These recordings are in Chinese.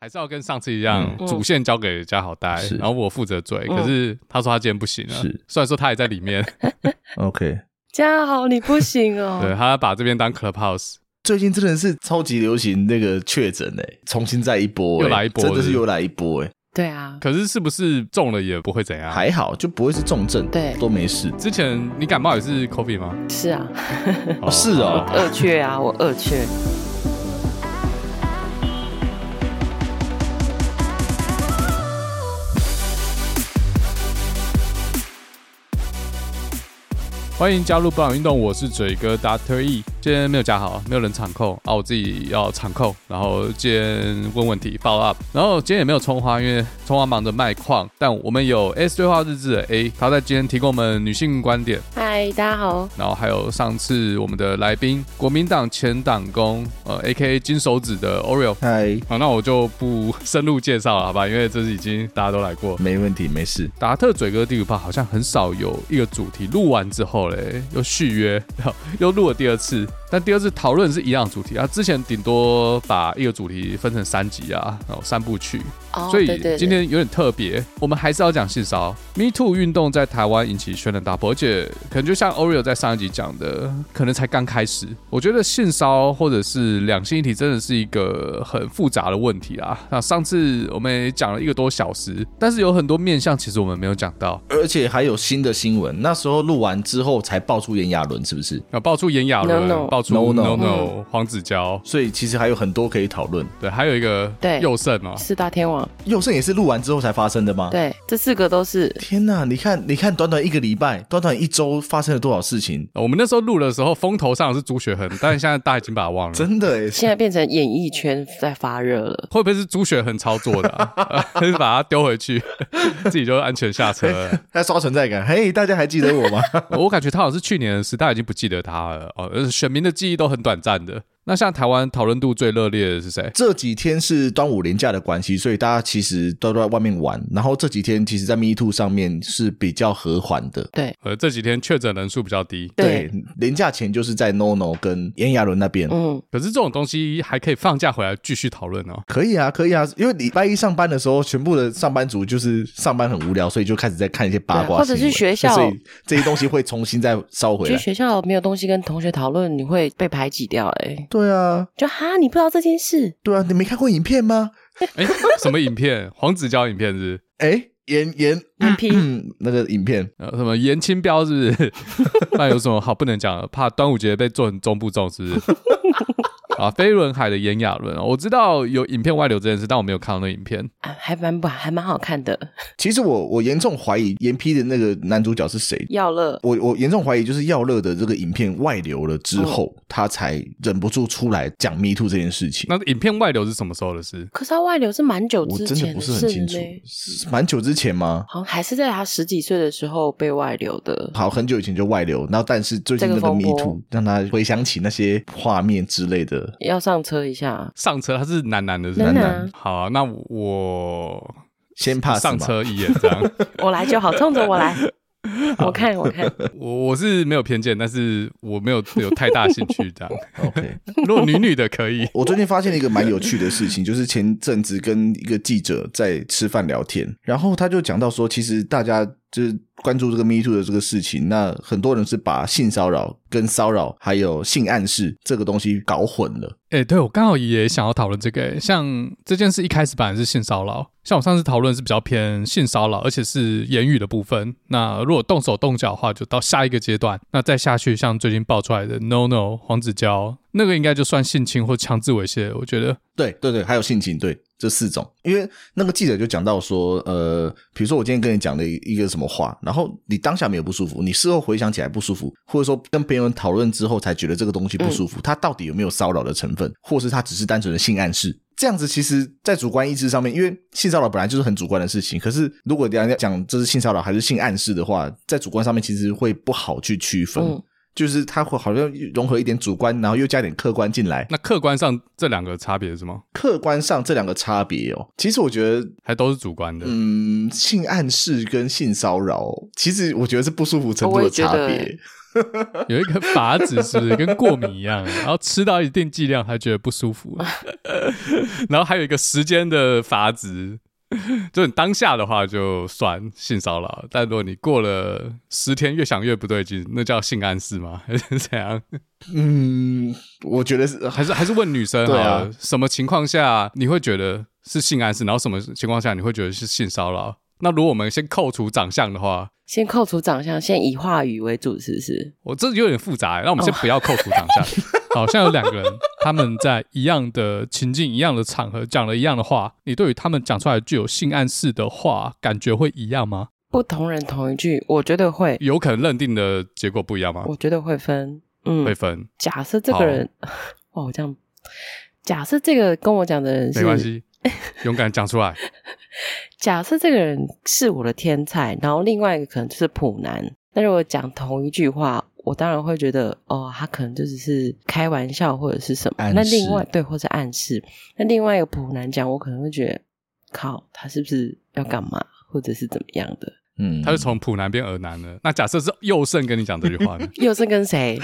还是要跟上次一样，嗯主线交给嘉豪带，是然后我负责追。嗯可是他说他今天不行了是，虽然说他也在里面， OK，嘉豪你不行对 哦，他把这边当 clubhouse，最近真的是超级流行那个确诊诶，重新再一波、欸，又来一波真的是是不是啊又来一波诶，对啊，可是是不是中了也不会怎样？还好就不会是重症，对都没事。之前你感冒也是 COVID 吗？是啊，哦是哦二缺啊，我二缺。欢迎加入不老运动，我是嘴哥 Doctor E。今天没有加好，没有人场控啊，我自己要场控，然后今天问问题 follow up，然后今天也没有葱花，因为葱花忙着卖矿，但我们有 S 对话日志的 A，他在今天提供我们女性观点，嗨，大家好，然后还有上次我们的来宾国民党前党工呃 A K A 金手指的 Oreo。嗨，好，那我就不深入介绍了，好吧？因为这是已经大家都来过，没问题，没事。达特嘴哥第五趴好像很少有一个主题录完之后嘞，又续约， 然后又录了第二次，但第二次讨论是一样的主题啊。之前顶多把一个主题分成三集啊，然后三部曲，哦，所以对对对今天有点特别，我们还是要讲性骚扰。Me Too 运动在台湾引起轩然大波，而且可能就像 Oreo 在上一集讲的，可能才刚开始。我觉得性骚扰或者是两性一体真的是一个很复杂的问题啊。那上次我们也讲了一个多小时，但是有很多面向其实我们没有讲到。而且还有新的新闻，那时候录完之后才爆出炎亚纶，是不是？啊，爆出炎亚纶 No, no 爆出 No, No no No，黄子佼，所以其实还有很多可以讨论。对，还有一个对佑胜哦，四大天王，佑胜也是录完之后才发生的吗？。对，这四个都是天呐，你看，你看，短短一个礼拜，短短一周，发生了多少事情？我们那时候录的时候风头上是朱雪恒，但是现在大家已经把他忘了。真的欸诶，现在变成演艺圈在发热了。会不会是朱雪恒操作的、啊？还是把他丢回去， 自己就安全下车 了？他刷存在感。嘿，大家还记得我吗？我感觉他好像是去年的事，大家已经不记得他了哦。而且选民的记忆都很短暂的。那像台湾讨论度最热烈的是谁？这几天是端午连假的关系，所以大家其实都在外面玩。然后这几天其实，在 Me Too 上面是比较和缓的。对呃，这几天确诊人数比较低，对，，连假前就是在 No No 跟炎亚纶那边。嗯，可是这种东西还可以放假回来继续讨论哦。可以啊，可以啊，因为礼拜一上班的时候，全部的上班族就是上班很无聊，所以就开始在看一些八对卦或新者闻，是学校所以这些东西会重新再烧回其实来。学校没有东西跟同学讨论，你会被排挤掉、欸。哎，对啊，就哈，你不知道这件事，对啊，你没看过影片吗？哎，什么影片？黄子佼影片是不是？哎，严严嗯屁嗯那个影片，呃，什么严清标是不是？那有什么好不能讲的？怕端午节被做成中不中是不是？啊，飞轮海的炎亚纶，哦我知道有影片外流这件事，但我没有看到那影片。啊，还蛮不还蛮好看的。其实我我严重怀疑严批的那个男主角是谁。耀乐，我我严重怀疑，就是耀乐的这个影片外流了嗯之后，他才忍不住出来讲 Me Too 这件事情。那影片外流是什么时候的事？可是他外流是蛮久我之真的前不的是事很了清楚嘞，，是蛮久之前吗？好像还是在他十几岁的时候被外流的。好，很久以前就外流，然后但是最近这那个个风 Me 波 Too 让他回想起那些画面之类的。要上车一下，上车他是男男的是不楠是男楠啊，好、啊，那我先 pass 上嘛车一眼这 样。 我来就好，冲着我 来，我看我看，我我是没有偏见，但是我没有有太大兴趣这样。 ，OK。如果女女的可 以，我最近发现了一个蛮有趣的事情，就是前阵子跟一个记者在吃饭聊天，然后他就讲到说，其实大家就是关注这个 Me Too 的这个事情，那很多人是把性骚扰、跟骚扰还有性暗示这个东西搞混了。哎、对我刚好也想要讨论这个、欸，像这件事一开始本来是性骚扰，像我上次讨论是比较偏性骚扰，而且是言语的部分。那如果动手动脚的话，就到下一个阶段，那再下去，像最近爆出来的 No No 黄子佼，那个应该就算性侵或强制猥亵，我觉得对对对，还有性情，对这四种，因为那个记者就讲到说，呃，比如说我今天跟你讲了一一个什么话，然后你当下没有不舒服，你事后回想起来不舒服，或者说跟别人讨论之后才觉得这个东西不舒服，它到底有没有骚扰的成分，或是它只是单纯的性暗示？这样子其实，在主观意志上面，因为性骚扰本来就是很主观的事情，可是如果人家讲这是性骚扰还是性暗示的话，在主观上面其实会不好去区分，嗯，就是它会好像融合一点主观，然后又加点客观进来，那客观上这两个差别是吗？客观上这两个差别哦，其实我觉得，嗯还都是主观的。嗯，性暗示跟性骚扰，其实我觉得是不舒服程度我的也觉差得别。有一个法子是不是跟过敏一 样，然后吃到一定剂量还觉得不舒 服，然后还有一个时间的阀值，就你当下的话就算性骚扰，但如果你过了十天越想越不对劲，那叫性暗示吗？还 是怎样？嗯，我觉得是还是还是问女生好对啊了，什么情况下你会觉得是性暗示，然后什么情况下你会觉得是性骚扰？那如果我们先扣除长相的话， 先扣除长相，先以话语为主，是不是？我这有点复杂欸，那我哦们先不要扣除长相。好像有两个人，他们在一样的情境、一样的场合讲了一样的话，你对于他们讲出来具有性暗示的话，感觉会一样吗？不同人同一句，我觉得会，有可能认定的结果不一样吗？我觉得会分。嗯，会分，假设这个人， 哇，我这样，假设这个跟我讲的人是没关系，勇敢讲出来。假设这个人是我的天才，然后另外一个可能就是普男，那如果讲同一句话，我当然会觉得哦，他可能就只是开玩笑或者是什么。暗示那另外对，或者暗示。那另外一个普男讲，我可能会觉得靠，他是不是要干嘛，或者是怎么样的？嗯，他就从普男变耳男了。那假设是右胜跟你讲这句 话呢？佑胜跟谁？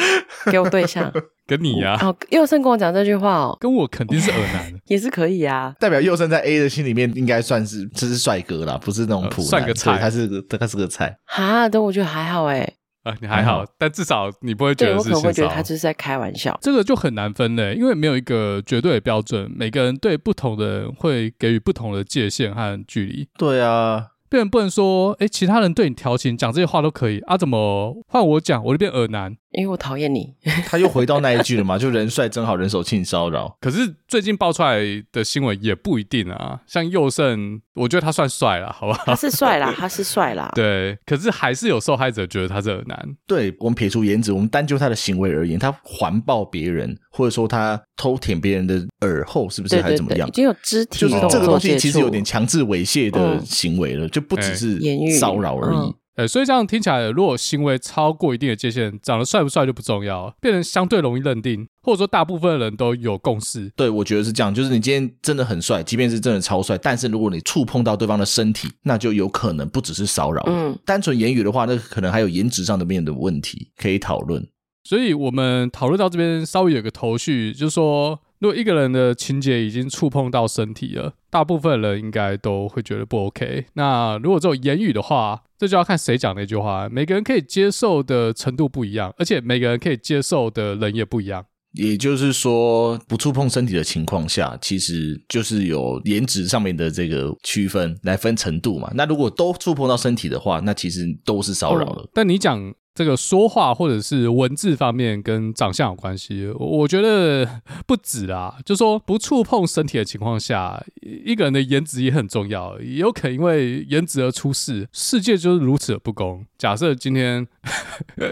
给我对象。跟你呀、哦，佑胜跟我讲这句话哦，跟我肯定是耳男，也是可以啊。代表佑胜在 A 的心里面应该算是这是帅哥啦，不是那种呃普男，算个菜对他是个他是个菜。哈，但我觉得还好哎、啊，你还好，但至少你不会觉对得我是可能会性觉骚得扰他。就是在开玩笑。这个就很难分类，因为没有一个绝对的标准，每个人对不同的人会给予不同的界限和距离。对啊，别人不能说，哎，其他人对你调情讲这些话都可以啊，怎么换我讲，我就变耳男？因为我讨厌你，他又回到那一句 了嘛，就人帅真好，人手性骚扰。可是最近爆出来的新闻也不一定啊，像佑胜，我觉得他算帅了，好不他好？是帅啦，他是帅啦。 对，可是还是有受害者觉得他是耳男，对我们撇除颜值，我们单就他的行为而言，他环抱别人，或者说他偷舔别人的耳后，是不是对还是对怎么对，样已？经有肢体就是动这个作东西接其实有触，点强制猥亵的嗯行为了，就不只是言语骚扰而已嗯。呃，所以这样听起来，如果行为超过一定的界限，长得帅不帅就不重要，变成相对容易认定，或者说大部分的人都有共识，对，我觉得是这样，就是你今天真的很帅，即便是真的超帅，但是如果你触碰到对方的身体，那就有可能不只是骚扰。嗯，单纯言语的话，那可能还有颜值上的面的问题可以讨论。所以我们讨论到这边，稍微有个头绪，就是说，如果一个人的情节已经触碰到身体了，大部分人应该都会觉得不 OK。那如果只有言语的话，这就要看谁讲那句话，每个人可以接受的程度不一样，而且每个人可以接受的人也不一样。也就是说，不触碰身体的情况下，其实就是有颜值上面的这个区分来分程度嘛。那如果都触碰到身体的话，那其实都是骚扰嗯了。但你讲这个说话或者是文字方面跟长相有关系，我我觉得 不止啦。就说不触碰身体的情况下，一一个人的颜值也很重要，也有可能因为颜值而出事。世界就是如此的不公。假设今天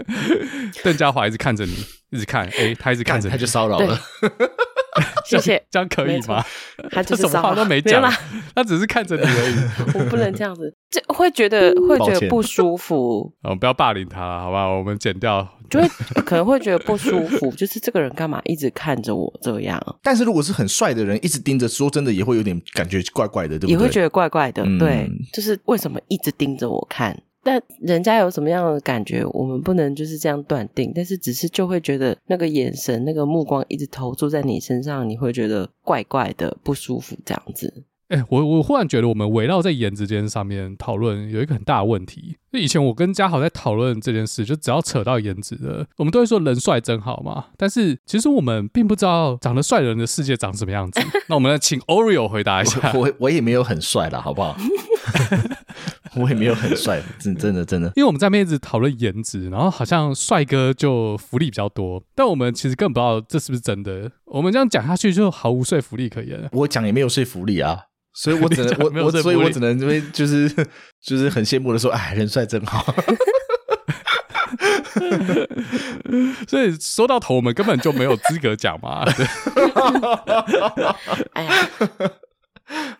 邓家华一直看着你，一直看，诶，他一直看着你，，他就骚扰 了，谢谢 这样可以没错吗？他就什是么骚话扰，都没有讲啦，他只是看着你而已。 我不能这样子，这会 觉得会抱觉歉得不舒服，我们哦不要霸凌他了，好不好？我们剪掉。就会可能会觉得不舒服，就是这个人干嘛一直看着我这样，但是如果是很帅的人一直盯着，说真的也会有点感觉怪怪的，对不对？也会觉得怪怪的嗯，对，就是为什么一直盯着我看？但人家有什么样的感觉，我们不能就是这样断定，但是只是就会觉得那个眼神、那个目光一直投注在你身上，你会觉得怪怪的、不舒服这样子。 哎、我我忽然觉得我们围绕在颜值这件事上面讨论有一个很大的问题。就以前我跟嘉豪在讨论这件事，就只要扯到颜值的，我们都会说人帅真好嘛。但是其实我们并不知道长得帅的人的世界长什么样子。那我们来请 Oreo 回答一下我， 我我也没有很帅啦，好不 好？我也没有很帅，真真的真的。因为我们在那边一直讨论颜值，然后好像帅哥就福利比较多，但我们其实根本不知道这是不是真的。我们这样讲下去就毫无说服力可言了。我讲也没有说服力啊，所以我只你 能讲没我有我说服所以力我只能因为就是就是很羡慕的说，哎，人帅真好。 所以说到头，我们根本就没有资格讲嘛。对哎呀，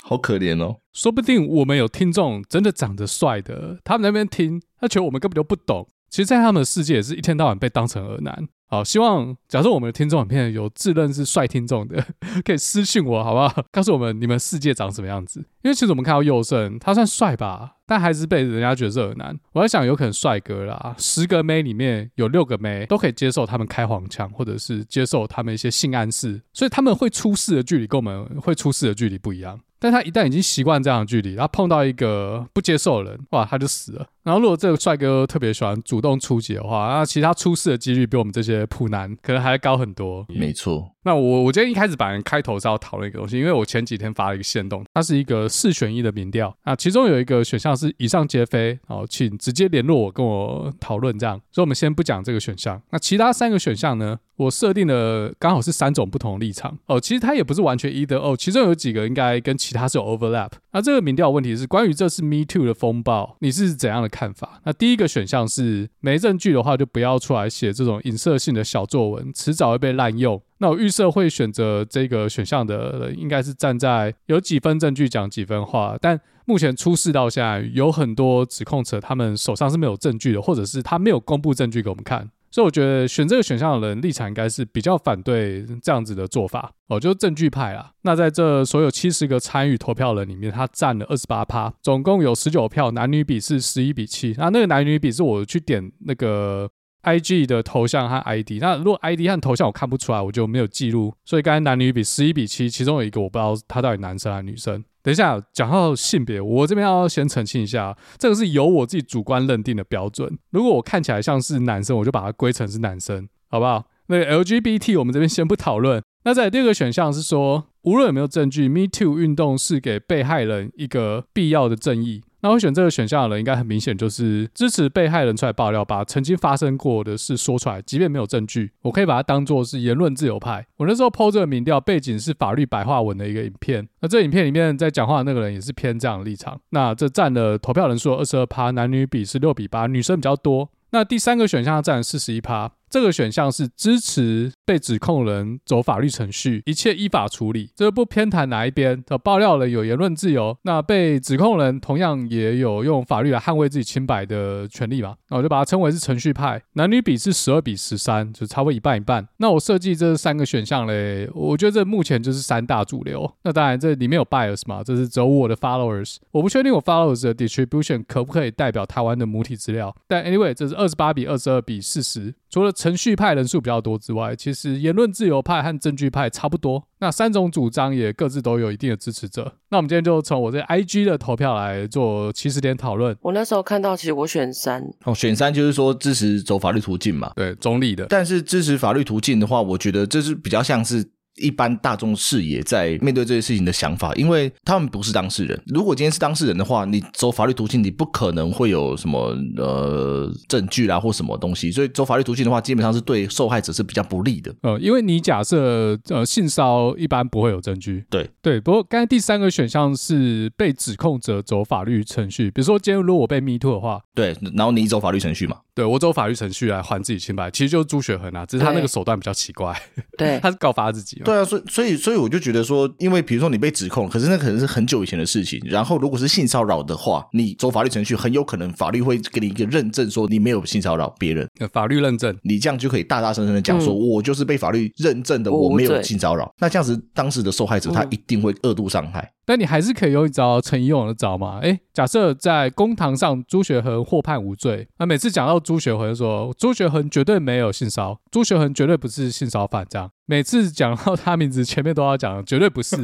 好可怜 哦。说不定我们有听众真的长得帅的，他们在那边听，他觉得我们根本就不懂。其实，在他们的世界也是一天到晚被当成恶男。好，希望假设我们的听众影片有自认是帅听众的，可以私信我好不好？告诉我们你们世界长什么样子。因为其实我们看到佑胜，他算帅吧，但还是被人家觉得是耳男。我在想，有可能帅哥啦，十个妹里面有六个妹都可以接受他们开黄腔，或者是接受他们一些性暗示，所以他们会出事的距离跟我们会出事的距离不一样。但他一旦已经习惯这样的距离，他碰到一个不接受的人，哇，他就死了。然后如果这个帅哥特别喜欢主动出击的话，那其实他出事的几率比我们这些普男可能还高很多。没错，那我我今天一开始本来开头是要讨论一个东西，因为我前几天发了一个线动，它是一个四选一的民调啊，其中有一个选项是以上皆非，哦，请直接联络我跟我讨论这样，所以我们先不讲这个选项。那其他三个选项呢，我设定的刚好是三种不同的立场哦，其实它也不是完全一的哦，其中有几个应该跟其他是有 overlap。那这个民调的问题是关于这次 Me Too 的风暴，你是怎样的看法？那第一个选项是没证据的话就不要出来写这种影射性的小作文，迟早会被滥用。那我预设会选择这个选项的人，应该是站在有几分证据讲几分话。但目前出事到现在，有很多指控者他们手上是没有证据的，或者是他没有公布证据给我们看。所以我觉得选这个选项的人立场应该是比较反对这样子的做法哦，就是证据派啦。那在这所有七十个参与投票人里面，他占了二十八趴，总共有十九票，男女比是十一比七。那那个男女比是我去点那个 I G 的头像和 I D，那如果 I D 和头像我看不出来，我就没有记录。所以刚才男女比十一比七，其中有一个我不知道他到底男生还是女生。等一下讲到性别，我这边要先澄清一下，这个是由我自己主观认定的标准。如果我看起来像是男生，我就把它归成是男生，好不好？那个 LGBT 我们这边先不讨论。那在第二个选项是说，无论有没有证据，Me Too 运动是给被害人一个必要的正义。那会选这个选项的人，应该很明显就是支持被害人出来爆料，把曾经发生过的事说出来，即便没有证据，我可以把它当做是言论自由派。我那时候剖这个民调，背景是法律白话文的一个影片，那这影片里面在讲话的那个人也是偏这样的立场。那这占了投票人数二十二趴，男女比是六比八，女生比较多。那第三个选项占四十一趴，这个选项是支持被指控人走法律程序，一切依法处理，这不偏袒哪一边。的爆料人有言论自由，那被指控人同样也有用法律来捍卫自己清白的权利嘛？那我就把它称为是程序派。男女比是十二比十三，就差不多一半一半。那我设计这三个选项嘞，我觉得这目前就是三大主流。那当然这里面有 bias 嘛，这是只有我的 followers，我不确定我 followers 的 distribution 可不可以代表台湾的母体资料。但 anyway，这是二十八比二十二比四十。除了程序派人数比较多之外，其实言论自由派和证据派差不多。那三种主张也各自都有一定的支持者。那我们今天就从我这 IG 的投票来做起始点讨论。我那时候看到，其实我选三，哦，选三就是说支持走法律途径嘛，对，中立的。但是支持法律途径的话，我觉得这是比较像是。一般大众视野在面对这些事情的想法，因为他们不是当事人。如果今天是当事人的话，你走法律途径，你不可能会有什么呃证据啦或什么东西，所以走法律途径的话，基本上是对受害者是比较不利的。呃，因为你假设呃性骚一般不会有证据，对对。不过刚才第三个选项是被指控者走法律程序，比如说今天如果我被 me too 的话，对，然后你走法律程序嘛，对我走法律程序来还自己清白，其实就是朱雪恒啊，只是他那个对手段比较奇怪，对 他是告发自己嘛。对啊，所以所以所以我就觉得说，因为比如说你被指控，可是那可能是很久以前的事情。然后如果是性骚扰的话，你走法律程序，很有可能法律会给你一个认证，说你没有性骚扰别人，呃法律认证，你这样就可以大大声声的讲说，嗯我就是被法律认证的，我我没无有罪性骚扰。那这样子，当时的受害者他嗯一定会恶度伤害。但你还是可以用一招陈怡勇的招嘛？诶，假设在公堂上朱学恒获判无罪，那每次讲到朱学恒就说朱学恒绝对没有性骚，朱学恒绝对不是性骚犯，这样每次讲到他名字前面都要讲绝对不是。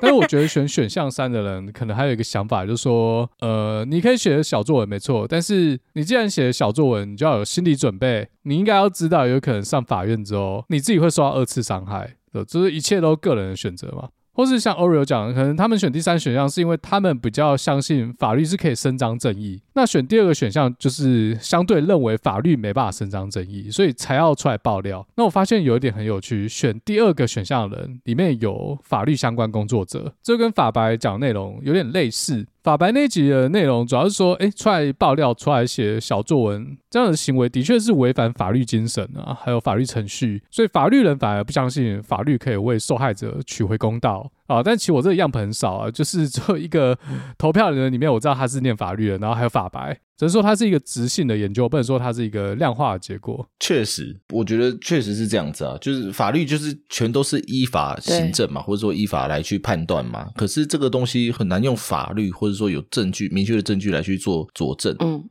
但是我觉得选选项三的人可能还有一个想法，就是说，呃，你可以写小作文没错，但是你既然写小作文，你就要有心理准备，你应该要知道，有可能上法院之后，你自己会受到二次伤害，对，就是一切都个人的选择嘛。或是像 Oreo 讲的，可能他们选第三选项是因为他们比较相信法律是可以伸张正义，那选第二个选项就是相对认为法律没办法伸张正义，所以才要出来爆料。那我发现有一点很有趣，选第二个选项的人里面有法律相关工作者，这跟法白讲内容有点类似。法白那集的内容主要是说，哎，出来爆料、出来写小作文这样的行为，的确是违反法律精神啊，还有法律程序，所以法律人反而不相信法律可以为受害者取回公道。啊，啊，但其实我这个样本很少啊，就是只有一个投票的人里面，我知道他是念法律的，然后还有法白，只能说它是一个直性的研究，不能说它是一个量化的结果。确实，我觉得确实是这样子啊，就是法律就是全都是依法行政嘛，或者说依法来去判断嘛。可是这个东西很难用法律或者说有证据明确的证据来去做佐证，嗯，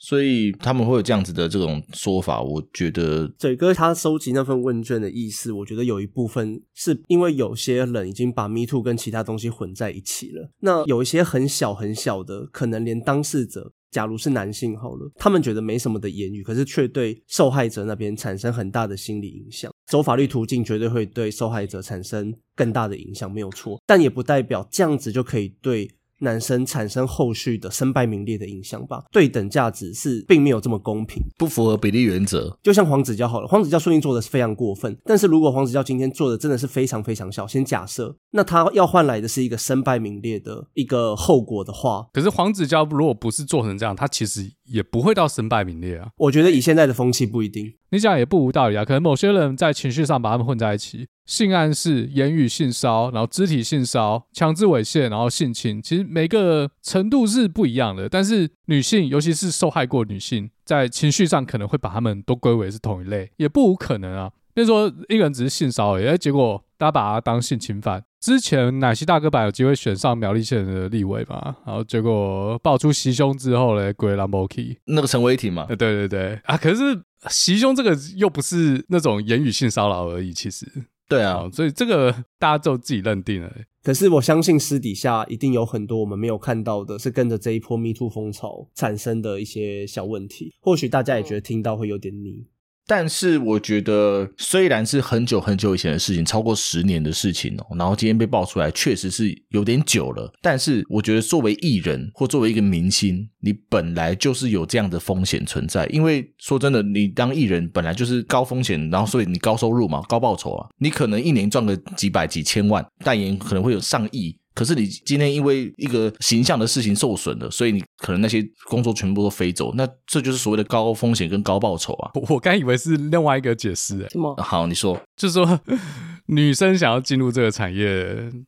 所以他们会有这样子的这种说法。我觉得嘴哥他收集那份问卷的意思，我觉得有一部分是因为有些人已经把 Me Too 跟其他东西混在一起了。那有一些很小很小的，可能连当事者，假如是男性好了，他们觉得没什么的言语，可是却对受害者那边产生很大的心理影响。走法律途径绝对会对受害者产生更大的影响，没有错。但也不代表这样子就可以对男生产生后续的身败名裂的影响吧？对等价值是并没有这么公平。不符合比例原则，就像黄子佼好了，黄子佼说不定做的是非常过分，但是如果黄子佼今天做的真的是非常非常小，先假设，那他要换来的是一个身败名裂的一个后果的话，可是黄子佼如果不是做成这样，他其实也不会到身败名裂啊。我觉得以现在的风气不一定。你讲也不无道理啊。可能某些人在情绪上把他们混在一起，性暗示、言语性骚，然后肢体性骚，强制猥亵，然后性侵，其实每个程度是不一样的。但是女性，尤其是受害过女性，在情绪上可能会把她们都归为是同一类，也不无可能啊。那时候一个人只是性骚扰而已，哎，结果大家把他当性侵犯。之前奶昔大哥版有机会选上苗栗县的立委嘛，然后结果爆出袭胸之后嘞，鬼 Lamborghini。那个陈伟霆嘛，呃，对对对啊，可是袭胸这个又不是那种言语性骚扰而已，其实对啊、啊哦，所以这个大家就自己认定了。可是我相信私底下一定有很多我们没有看到的，是跟着这一波 Me Too 风潮产生的一些小问题。或许大家也觉得听到会有点腻。但是我觉得，虽然是很久很久以前的事情，超过十年的事情哦，然后今天被爆出来，确实是有点久了。但是我觉得，作为艺人或作为一个明星，你本来就是有这样的风险存在。因为说真的，你当艺人本来就是高风险，然后所以你高收入嘛，高报酬啊，你可能一年赚个几百几千万，但也可能会有上亿。可是你今天因为一个形象的事情受损了，所以你可能那些工作全部都飞走，那这就是所谓的高风险跟高报酬啊。我我刚以为是另外一个解释，哎，什么？好，你说就是说女生想要进入这个产业，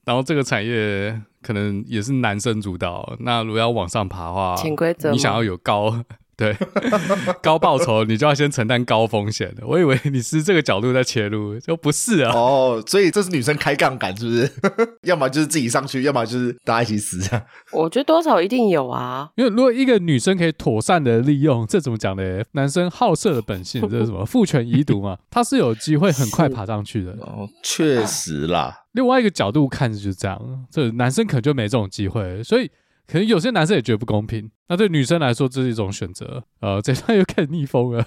然后这个产业可能也是男生主导。那如果要往上爬的话，潜规则吗你想要有高对 高报酬，你就要先承担高风险的。我以为你是这个角度在切入，就不是啊。哦，所以这是女生开杠杆是不是？ 要么就是自己上去，要么就是大家一起死啊。我觉得多少一定有啊。因为如果一个女生可以妥善的利用这怎么讲呢？男生好色的本性，这是什么父权遗毒嘛？他是有机会很快爬上去的。哦，确实啦，另外一个角度看就是这样，这男生可能就没这种机会，所以可能有些男生也觉得不公平。那对女生来说，这是一种选择。呃，这 段又开始逆风了。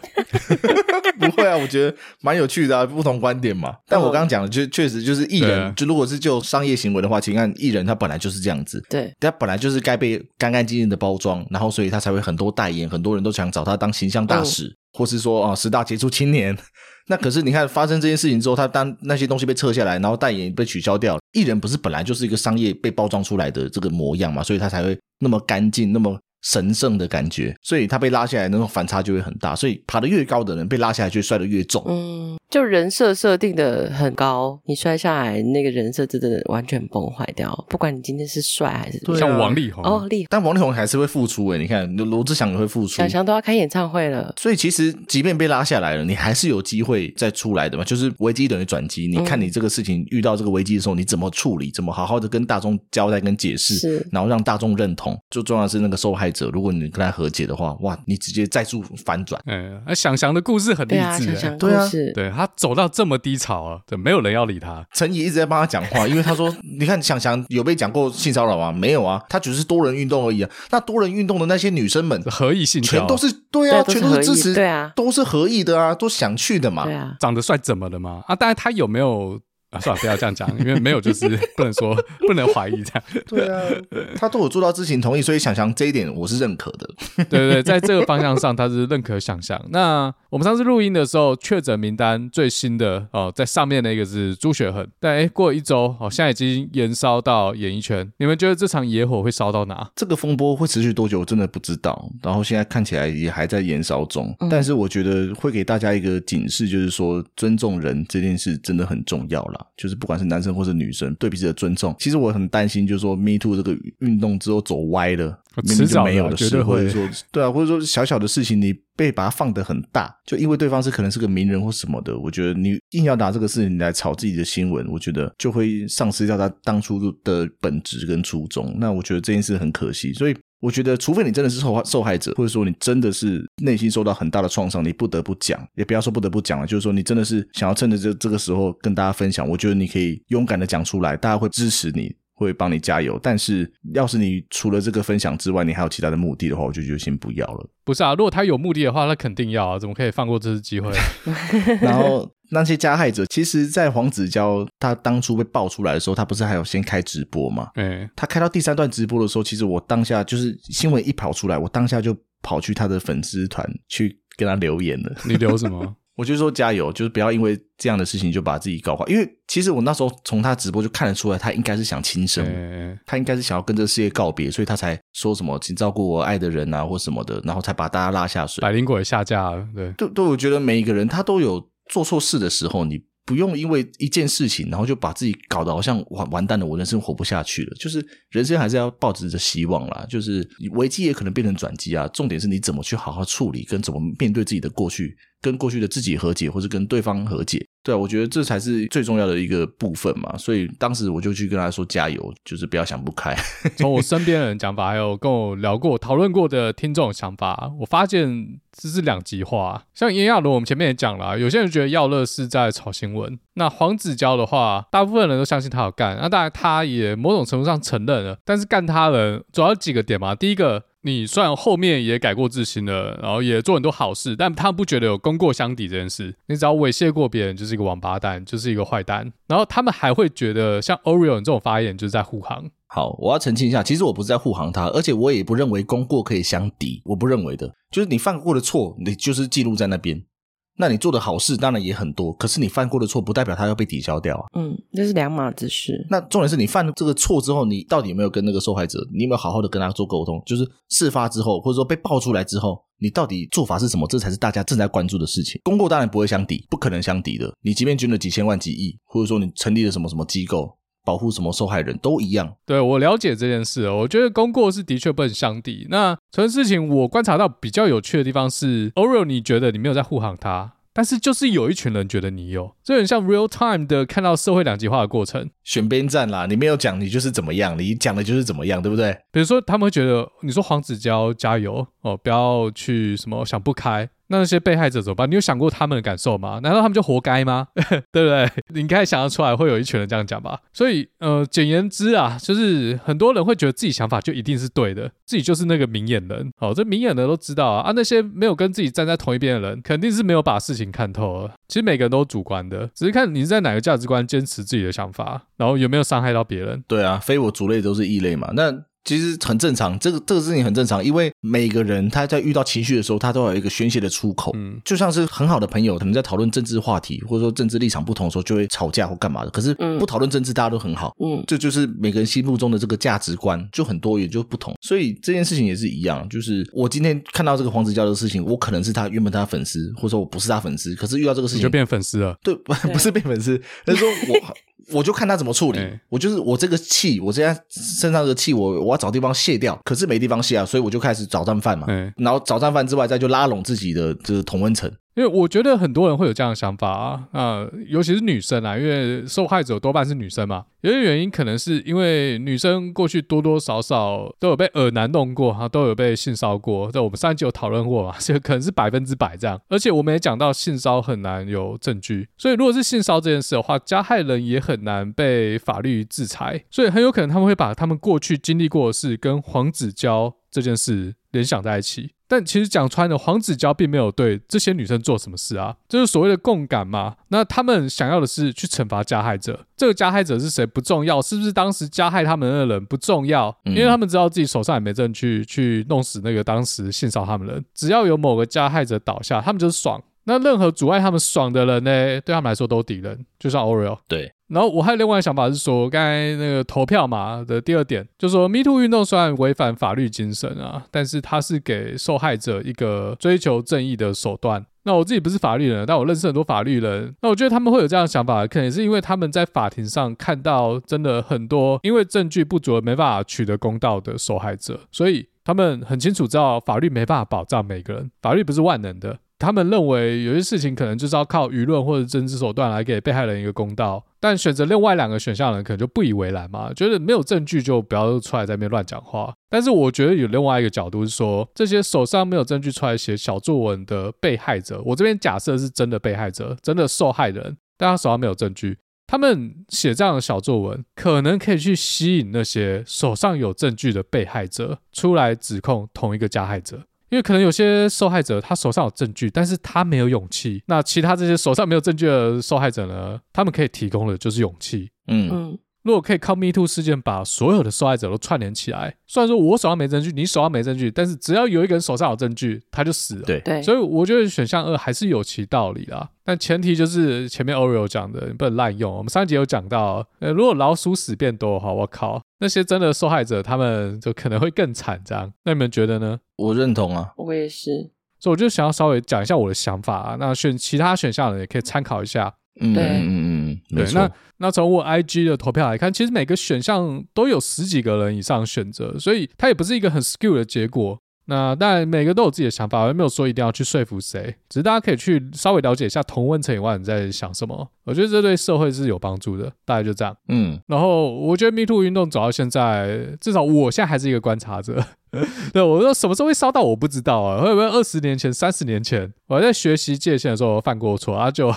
不会啊，我觉得蛮有趣的啊，不同观点嘛。但我刚刚讲的就确实就是艺对人，啊就如果是就商业行为的话，请看艺人他本来就是这样子。对，他本来就是该被干干净净的包装，然后所以他才会很多代言，很多人都想找他当形象大使，或是说啊、十大杰出青年。 那可是你看发生这件事情之后，他当那些东西被撤下来，然后代言被取消掉，艺人不是本来就是一个商业被包装出来的这个模样嘛，所以他才会那么干净，那么。神圣的感觉，所以他被拉下来，那种反差就会很大。所以爬得越高的人，被拉下来就摔得越重。嗯，就人设设定的很高，你摔下来，那个人设真的完全崩坏掉。不管你今天是帅还是对啊像王力宏，哦，厉害，但王力宏还是会付出欸诶、你看罗罗志祥也会付出，小翔都要开演唱会了。所以其实，即便被拉下来了，你还是有机会再出来的嘛。就是危机等于转机，你看嗯你这个事情遇到这个危机的时候，你怎么处理，怎么好好的跟大众交代跟解释，是然后让大众认同。最重要的是那个受害者，如果你跟他和解的话，哇，你直接再度反转。嗯，那想想的故事很励对啊，志想欸。想对故啊事，对他走到这么低潮啊，对，没有人要理他。陈怡一直在帮他讲话，因为他说：“ 你看，想想有被讲过性骚扰吗？没有啊，他只是多人运动而已啊。那多人运动的那些女生们，何以性交全都是对啊，对全都都是是支合意持，对啊都是合意的啊，都想去的嘛。对啊，长得帅怎么了嘛？啊，当然他有没有啊？算了，不要这样讲，因为没有就是不能说不能怀疑这样。对啊， 他都有做到知情同意，所以想想这一点我是认可的。对对，对在这个方向上，他是认可想象。那我们上次录音的时候，确诊名单最新的哦，在上面那个是朱雪恒，但哎，过了一周，哦，现在已经延烧到演艺圈。你们觉得这场野火会烧到哪？这个风波会持续多久，我真的不知道。然后现在看起来也还在延烧中，嗯但是我觉得会给大家一个警示，就是说尊重人这件事真的很重要啦。吧，就是不管是男生或是女生对彼此的尊重。其实我很担心，就是说 Me Too 这个运动之后走歪了，明明迟早的就没有的绝对会事，或者说对啊，或者说小小的事情你被把它放得很大，就因为对方是可能是个名人或什么的，我觉得你硬要拿这个事情来炒自己的新闻，我觉得就会丧失掉他当初的本质跟初衷。那我觉得这件事很可惜，所以。我觉得，除非你真的是受害受害者，或者说你真的是内心受到很大的创伤，你不得不讲，也不要说不得不讲了，就是说你真的是想要趁着这这个时候跟大家分享，我觉得你可以勇敢的讲出来，大家会支持你，会帮你加油。但是，要是你除了这个分享之外，你还有其他的目的的话，我就觉得先不要了。不是啊，如果他有目的的话，他肯定要啊，怎么可以放过这次机会？然后那些加害者，其实，在黄子佼他当初被爆出来的时候，他不是还有先开直播吗？哎，他开到第三段直播的时候，其实我当下就是新闻一跑出来，我当下就跑去他的粉丝团去跟他留言了。你留什么？我就说加油，就是不要因为这样的事情就把自己搞坏。因为其实我那时候从他直播就看得出来，他应该是想轻生，哎，他应该是想要跟这个世界告别，所以他才说什么请照顾我爱的人啊，或什么的，然后才把大家拉下水。百灵果也下架了，对，对对，我觉得每一个人他都有做错事的时候，你不用因为一件事情，然后就把自己搞得好像完完蛋了，我人生活不下去了。就是人生还是要抱着着希望啦，就是危机也可能变成转机啊。重点是你怎么去好好处理，跟怎么面对自己的过去，跟过去的自己和解，或是跟对方和解。对啊，我觉得这才是最重要的一个部分嘛。所以当时我就去跟他说加油，就是不要想不开。从我身边的人讲法，还有跟我聊过、讨论过的听众想法，我发现这是两极化。像炎亚纶，我们前面也讲了啊，有些人觉得耀乐是在炒新闻，那黄子佼的话，大部分人都相信他有干，那当然他也某种程度上承认了，但是干他人主要有几个点嘛，第一个。你虽然后面也改过自新了，然后也做很多好事，但他不觉得有功过相抵这件事。你只要猥亵过别人，就是一个王八蛋，就是一个坏蛋。然后他们还会觉得像 Oreo 这种发言就是在护航，好，我要澄清一下，其实我不是在护航他，而且我也不认为功过可以相抵，我不认为的，就是你犯过的错，你就是记录在那边。那你做的好事当然也很多，可是你犯过的错不代表它要被抵消掉啊。嗯，这是两码子事。那重点是你犯这个错之后，你到底有没有跟那个受害者，你有没有好好的跟他做沟通？就是事发之后，或者说被爆出来之后，你到底做法是什么？这才是大家正在关注的事情。功过当然不会相抵，不可能相抵的。你即便捐了几千万、几亿，或者说你成立了什么什么机构，保护什么受害人，都一样。对我了解这件事哦，我觉得功过是的确不能相抵。那这件事情我观察到比较有趣的地方是，Oreo 你觉得你没有在护航他，但是就是有一群人觉得你有，这很像 real time 的看到社会两极化的过程。选边站啦，你没有讲你就是怎么样，你讲的就是怎么样，对不对？比如说他们会觉得哦你说黄子佼加油哦，不要去什么想不开。那那些被害者怎么办？你有想过他们的感受吗？难道他们就活该吗？ 对不对？你应该想得出来会有一群人这样讲吧。所以，呃，简言之啊，就是很多人会觉得自己想法就一定是对的，自己就是那个明眼人。哦，这明眼人都知道啊，啊，那些没有跟自己站在同一边的人，肯定是没有把事情看透了。其实每个人都主观的，只是看你是在哪个价值观坚持自己的想法，然后有没有伤害到别人。对啊，非我族类都是异类嘛。那其实很正常，这个这个事情很正常，因为每个人他在遇到情绪的时候，他都有一个宣泄的出口。嗯，就像是很好的朋友，可能在讨论政治话题或者说政治立场不同的时候，就会吵架或干嘛的。可是嗯不讨论政治，大家都很好。嗯，这就是每个人心目中的这个价值观就很多元，就不同。所以这件事情也是一样，就是我今天看到这个黄子佼的事情，我可能是他原本他的粉丝，或者说我不是他粉丝，可是遇到这个事你情就，变粉丝了。对， 不不是被粉丝， 而是说我我就看他怎么处理哎。我就是我这个气，我现在身上的气，我我要找地方卸掉，可是没地方卸啊，所以我就开始找战犯嘛。嗯。然后找战犯之外，再就拉拢自己的这个同温层。因为我觉得很多人会有这样的想法啊，呃，尤其是女生啊，因为受害者多半是女生嘛。有些原因可能是因为女生过去多多少少都有被耳男弄过，哈、都有被性骚扰过。这我们上一集有讨论过嘛， 这可能是百分之百这样。而且我们也讲到性骚扰很难有证据，所以如果是性骚扰这件事的话，加害人也很难被法律制裁，所以很有可能他们会把他们过去经历过的事跟黄子佼这件事联想在一起。但其实讲穿了，黄子佼并没有对这些女生做什么事啊，这就是所谓的共感嘛。那他们想要的是去惩罚加害者，这个加害者是谁不重要，是不是当时加害他们的人不重要，因嗯为他们知道自己手上也没证据去弄死那个当时性骚扰他们的人。只要有某个加害者倒下，他们就是爽。那任何阻碍他们爽的人呢，对他们来说都敌人，就像 Oreo。对，然后我还有另外一个想法是说，刚才那个投票嘛的第二点，就说 Me Too 运动虽然违反法律精神啊，但是它是给受害者一个追求正义的手段。那我自己不是法律人，但我认识很多法律人。那我觉得他们会有这样的想法，可能也是因为他们在法庭上看到真的很多因为证据不足而没办法取得公道的受害者，所以他们很清楚知道法律没办法保障每个人，法律不是万能的。他们认为有些事情可能就是要靠舆论或者政治手段来给被害人一个公道，但选择另外两个选项的人可能就不以为然嘛，觉得没有证据就不要出来在那边乱讲话。但是我觉得有另外一个角度是说，这些手上没有证据出来写小作文的被害者，我这边假设是真的被害者，真的受害人，但他手上没有证据，他们写这样的小作文，可能可以去吸引那些手上有证据的被害者出来指控同一个加害者。因为可能有些受害者他手上有证据，但是他没有勇气。那其他这些手上没有证据的受害者呢？他们可以提供的就是勇气。嗯，嗯，如果可以靠 Me Too 事件把所有的受害者都串联起来，虽然说我手上没证据，你手上没证据，但是只要有一个人手上有证据，他就死了。对，对，所以我觉得选项二还是有其道理啦，但前提就是前面 Oreo 讲的，你不能滥用。我们上一集有讲到，呃，如果老鼠屎变多的话，我靠，那些真的受害者他们就可能会更惨这样。那你们觉得呢？我认同啊。我也是，所以我就想要稍微讲一下我的想法啊。那选其他选项的人也可以参考一下。嗯嗯对嗯嗯，没对，错那。那从我 IG 的投票来看，其实每个选项都有十几个人以上选择，所以它也不是一个很 skew 的结果。那当然每个都有自己的想法，我也没有说一定要去说服谁，只是大家可以去稍微了解一下同温层以外你在想什么。我觉得这对社会是有帮助的，大概就这样。嗯，然后我觉得 Me Too 运动走到现在，至少我现在还是一个观察者。 对，我说什么时候会烧到我不知道啊，会不会二十年前、三十年前我还在学习界限的时候犯过错啊？就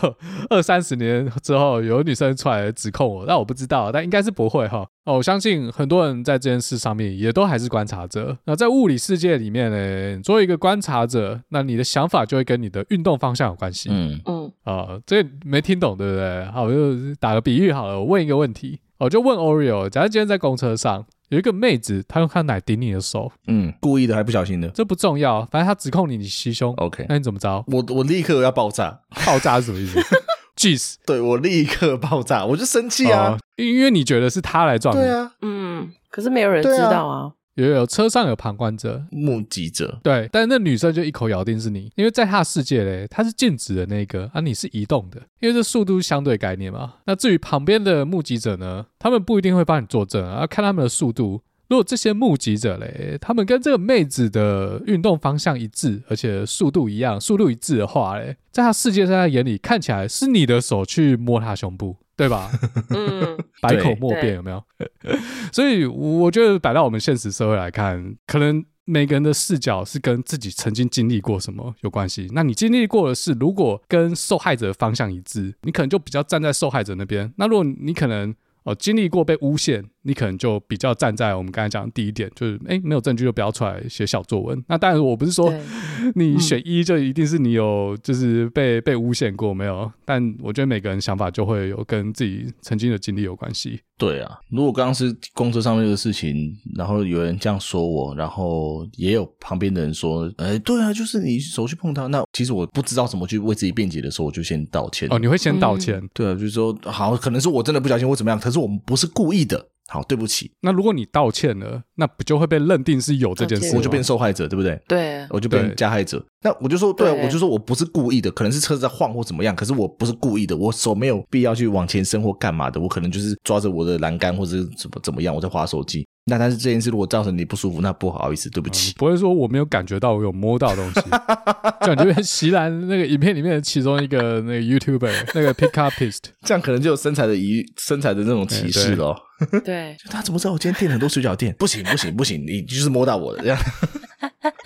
二三十年之后有女生出来指控我，那我不知道，但应该是不会哈。哦，我相信很多人在这件事上面也都还是观察者。那在物理世界里面呢，作为一个观察者，那你的想法就会跟你的运动方向有关系。嗯嗯啊，这个没听懂对不对？好，我就打个比喻好了，我问一个问题，我就问 Oreo，假如今天在公车上有一个妹子，她用她奶顶你的手，嗯，故意的还不小心的。这不重要，反正她指控你你袭胸 OK，那你怎么 着？我我立刻要爆炸，爆炸是什么 意思？Jeez，对我立刻爆炸，我就生气哦，啊因为你觉得是她来撞你，对啊，嗯，可是没有人对啊知道 啊，有有车上有旁观者，目击者，对，但是那女生就一口咬定是你，因为在她的世界嘞，她是静止的那个啊，你是移动的，因为这速度是相对概念嘛。那至于旁边的目击者呢，他们不一定会帮你作证啊，要看他们的速度。如果这些目击者嘞，他们跟这个妹子的运动方向一致，而且速度一样，速度一致的话嘞，在她世界在她眼里看起来是你的手去摸她胸部，对吧？嗯，百口莫辩，对有没有？ 所以我觉得摆到我们现实社会来看，可能每个人的视角是跟自己曾经经历过什么有关系。那你经历过的事，如果跟受害者的方向一致，你可能就比较站在受害者那边；那如果你可能。哦，经历过被诬陷，你可能就比较站在我们刚才讲的第一点，就是诶没有证据就不要出来写小作文。那当然，我不是说对， 嗯你选一就一定是你有就是被被诬陷过没有？但我觉得每个人想法就会有跟自己曾经的经历有关系。对啊。如果刚刚是公车上面这个事情，然后有人这样说我，然后也有旁边的人说，哎，对啊，就是你手去碰他，那其实我不知道怎么去为自己辩解的时候，我就先道歉。哦，你会先嗯道歉。对啊，就是说好，可能是我真的不小心或怎么样，可是我们不是故意的。好，对不起，那如果你道歉了，那不就会被认定是有哦这件事道吗？歉我就变受害者，对不对？对，我就变对加害者。那我就说，对啊，对我就说我不是故意的，可能是车子在晃或怎么样，可是我不是故意的，我手没有必要去往前伸或干嘛的，我可能就是抓着我的栏杆或者是怎么怎么样，我在划手机。那但是这件事如果造成你不舒服，那不好意思，对不起。嗯不会说我没有感觉到我有摸到东西，就感觉席兰那个影片里面的其中一个那个 YouTuber 那个 Pickupist， 这样可能就有身材的疑身材的那种歧视咯。对，就他怎么知道我今天订了很多水饺店？不行不行不行，你就是摸到我了。这样，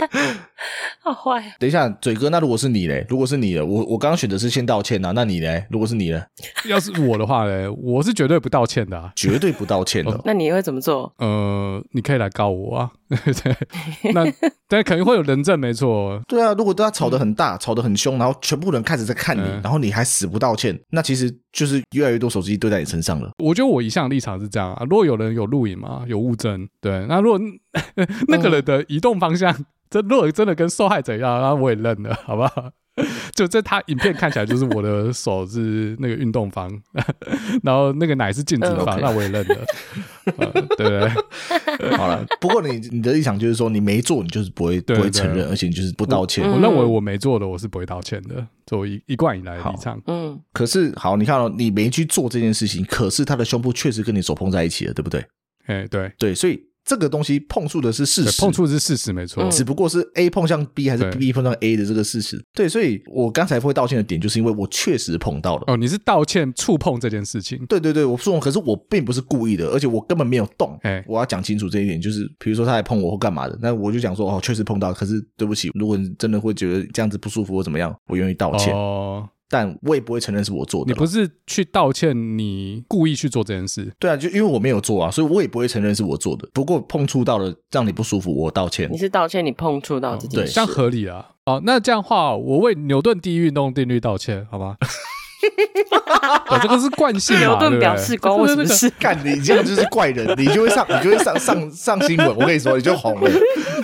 好坏，哦等一下，嘴哥，那如果是你嘞？如果是你的，我我刚刚选的是先道歉呐、啊那你嘞？如果是你呢？要是我的话嘞，我是绝对不道歉的、啊。绝对不道歉的、哦那你会怎么做？呃，你可以来告我啊， 对，那但肯定会有人证，没错，对啊，如果大家吵得很大，吵得很凶，然后全部人开始在看你，嗯然后你还死不道歉，那其实就是越来越多手机对在你身上 了。我觉得我一向立场是这样啊，如果有人有录影嘛，有物证，对，那如果 哦那个人的移动方向，真如果真的跟受害者一样，那我也认了，好不好？ 就这他影片看起来就是我的手是那个运动方， 然后那个奶是镜子嗯方， ，OK 那我也 认了，呃对不对？好了，不过你你的立场就是说，你没做，你就是不会不对会对嗯承认，而且你就是不道歉。我认为我没做的，我是不会道歉的，这我一一贯以来的立场。嗯，可是好，你看哦，你没去做这件事情，可是他的胸部确实跟你手碰在一起了，对不对？哎，对，对，所以这个东西碰触的是事对实，碰触是事实，没错嗯。只不过是 A 碰向 B 还是对 B 碰向 A 的这个事实。对，所以我刚才会道歉的点，就是因为我确实碰到了。哦，你是道歉触碰这件事情，对对对，我说，可是我并不是故意的，而且我根本没有动。哎我要讲清楚这一点，就是比如说他来碰我或干嘛的，那我就讲说哦，确实碰到，可是对不起，如果你真的会觉得这样子不舒服或怎么样，我愿意道歉，哦，但我也不会承认是我做的你啦。不是去道歉，你故意去做这件事。对啊，就因为我没有做啊，所以我也不会承认是我做的。不过碰触到了让你不舒服，我道歉哦你。是道歉，你碰触到自己，哦对这样合理啊。哦，那这样的话，我为牛顿第一运动定律道歉，好 吗？我这个是惯性嘛， 牛对顿不表对示？关我什么这个事？ 干你这样就是怪人，你就会上， 你就会上上上新闻。我跟你说，你就 红了。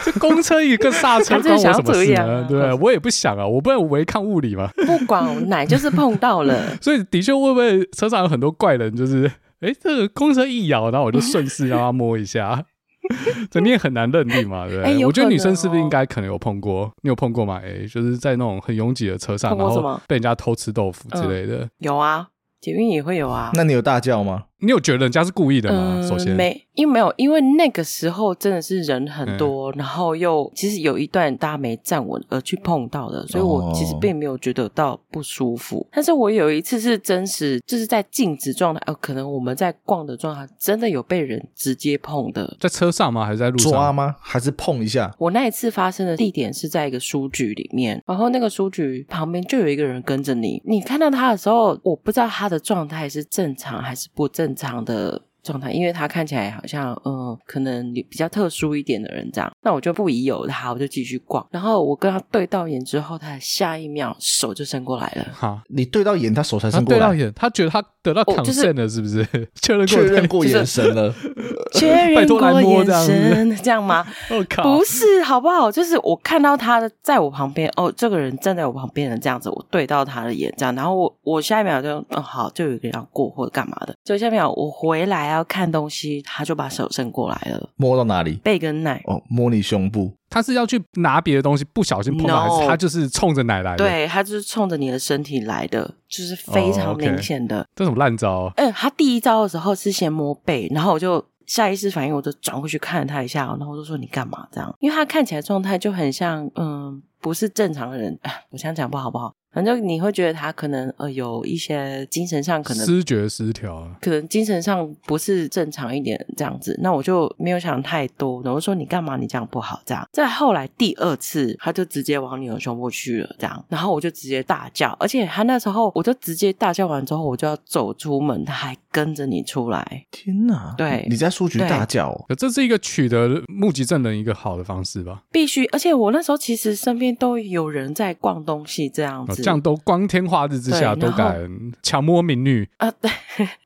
这公车一个刹车他关真的我想要什么事这样呢？啊对不对，我也不想啊，我不能违抗物理嘛。，不管奶就是碰到了 所以的确，会不会车上有很多怪人？就是， 哎，这个公车一摇，然后我就顺势让他摸一下， 这你也很难认定嘛，对不哎对？有我觉得可女生能是不是应哦该可能有碰过？你有碰过吗？哎，就是在那种很拥挤的车上，碰然过什后么被人家偷吃豆腐之嗯类的，有啊，捷运也会有啊。那你有大叫吗？你有觉得人家是故意的吗？嗯，首先，没，因为没有，因为那个时候真的是人很多，嗯然后又其实有一段大家没站稳而去碰到的，所以哦我其实并没有觉得到不舒服。但是我有一次是真实，就是在静止状态，哦，可能我们在逛的状态，真的有被人直接碰的。在车上吗？还是在路上？抓吗？还是碰一下？我那一次发生的地点是在一个书局里面，然后那个书局旁边就有一个人跟着你。你看到他的时候，我不知道他的状态是正常还是不正常的状态，因为他看起来好像嗯、呃可能比较特殊一点的人这样。那我就不疑有他，我就继续逛。然后我跟他对到眼之后，他的下一秒手就伸过来了。哈，你对到眼，他手才他伸过啊对到来，眼，他觉得他得到哦就是 consent 了，是不 是？确认过确认对过眼神了。 确认拜托来过摸眼这样子神， 这样吗？ 我靠不！是，好不好？就是我看到他的在我旁边，哦，这个人站在我旁边的这样子，我对到他的眼这样，然后我我下一秒就嗯好，就有一个人要过或者干嘛的，就下一秒我回来要看东西，他就把手伸过来了，摸到哪里？背跟奶，哦，摸你胸部。他是要去拿别的东西，不小心碰到，还是 No 他就是冲着奶来的？，对他就是冲着你的身体来的，就是非哦常，OK 明显的。这种烂招哦。嗯，他第一招的时候是先摸背，然后我就下意识反应，我就转过去看了他一下，然后我就说你干嘛这样？因为他看起来状态就很像，嗯，不是正常的人。唉我想讲不好不好，反正你会觉得他可能呃有一些精神上可能失觉失调啊，可能精神上不是正常一点这样子，那我就没有想太多，然后说你干嘛你这样不好这样。再后来第二次，他就直接往你的胸部去了这样，然后我就直接大叫，而且他那时候我就直接大叫完之后，我就要走出门，他还跟着你出来，天哪！对你在书局大叫哦。可这是一个取得目击证人一个好的方式吧？必须。而且我那时候其实身边都有人在逛东西这样哦子，这样都光天化日之下对都然后敢强摸民女，啊， 对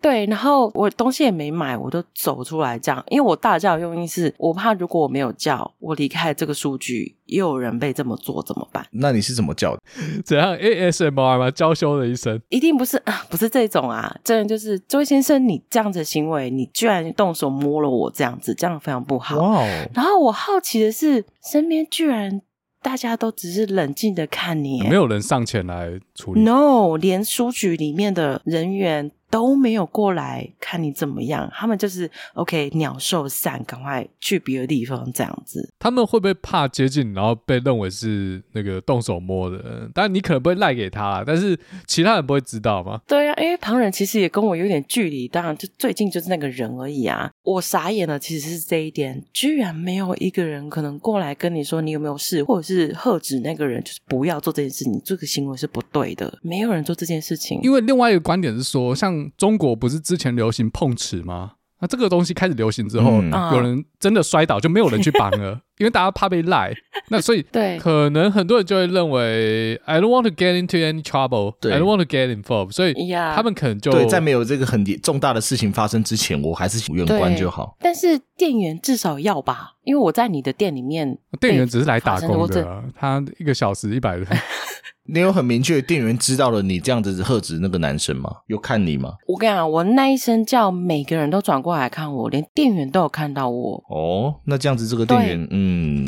对，然后我东西也没买，我就走出来这样，因为我大叫的用意是我怕如果我没有叫，我离开这个数据，又有人被这么做怎么办？那你是怎么叫的？怎样 ASMR 吗？娇羞的一声，一定不是啊，不是这种啊，真的就是这位先生，你这样子的行为，你居然动手摸了我这样子，这样非常不好。哇哦！然后我好奇的是，身边居然大家都只是冷静的看你，没有人上前来处理。 No，连书局里面的人员都没有过来看你怎么样，他们就是 OK，鸟兽散，赶快去别的地方这样子。他们会不会怕接近，然后被认为是那个动手摸的人？当然你可能不会赖给他啦，但是其他人不会知道吗？对啊，因为旁人其实也跟我有点距离，当然就最近就是那个人而已啊。我傻眼了，其实是这一点，居然没有一个人可能过来跟你说你有没有事，或者是喝止那个人，就是不要做这件事，你这个行为是不对的，没有人做这件事情。因为另外一个观点是说，像中国不是之前流行碰瓷吗？那这个东西开始流行之后，嗯啊 有人真的摔倒就没有人去帮了，因为大家怕被赖，那所以对可能很多人就会认为 I don't want to get into any trouble, 对 I don't want to get involved，所以 Yeah 他们可能就对，在没有这个很重大的事情发生之前，我还是远观就好。但是店员至少要吧，因为我在你的店里面，店员只是来打发生工过的这啊、他一个小时一百，你有很明确店员知道了你这样子喝止那个男生吗？有看你吗？我跟你讲，我那一声叫，每个人都转过来看我，连店员都有看到我，哦，那这样子这个店员，嗯，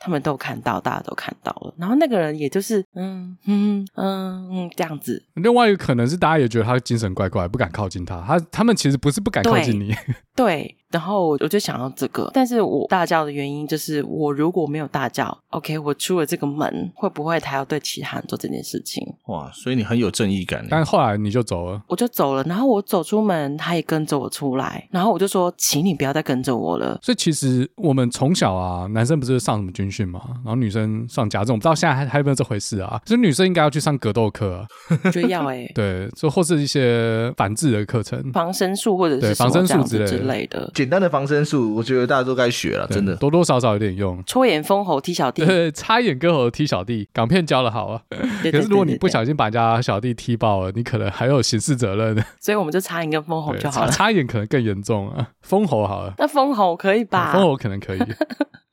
他们都有看到，大家都看到了。然后那个人也就是嗯嗯嗯嗯这样子， 另外一个可能是大家也觉得他精神怪怪，不敢靠近他，他他们其实不是不敢靠近嗯你，对，然后我就想到这个，但是我大叫的原因就是，我如果没有大叫，OK，我出了这个门，会不会他要对其他人做这件事情？哇，所以你很有正义感耶。欸但后来你就走了。我就走了，然后我走出门，他也跟着我出来，然后我就说，请你不要再跟着我了。所以其实我们从小啊，男生不是上什么军训嘛，然后女生上家政，我不知道现在还还有没有这回事啊。所以女生应该要去上格斗课、啊，我觉得要哎、 对，就或是一些反制的课程，防身术或者对是什防么身术这样子之类之的类的，简单的防身术，我觉得大家都该学了，对真的。多多少少有点用。戳眼封喉踢小弟，对，插眼割喉踢小弟，港片教的好啊。对可是如果你不，对对对小心把人家小弟踢爆了，你可能还有刑事责任。对所以我们就插一个封喉对，就哦好插了。插眼可能更严重啊，封喉好了。 那封喉可以吧啊封？喉可能可以，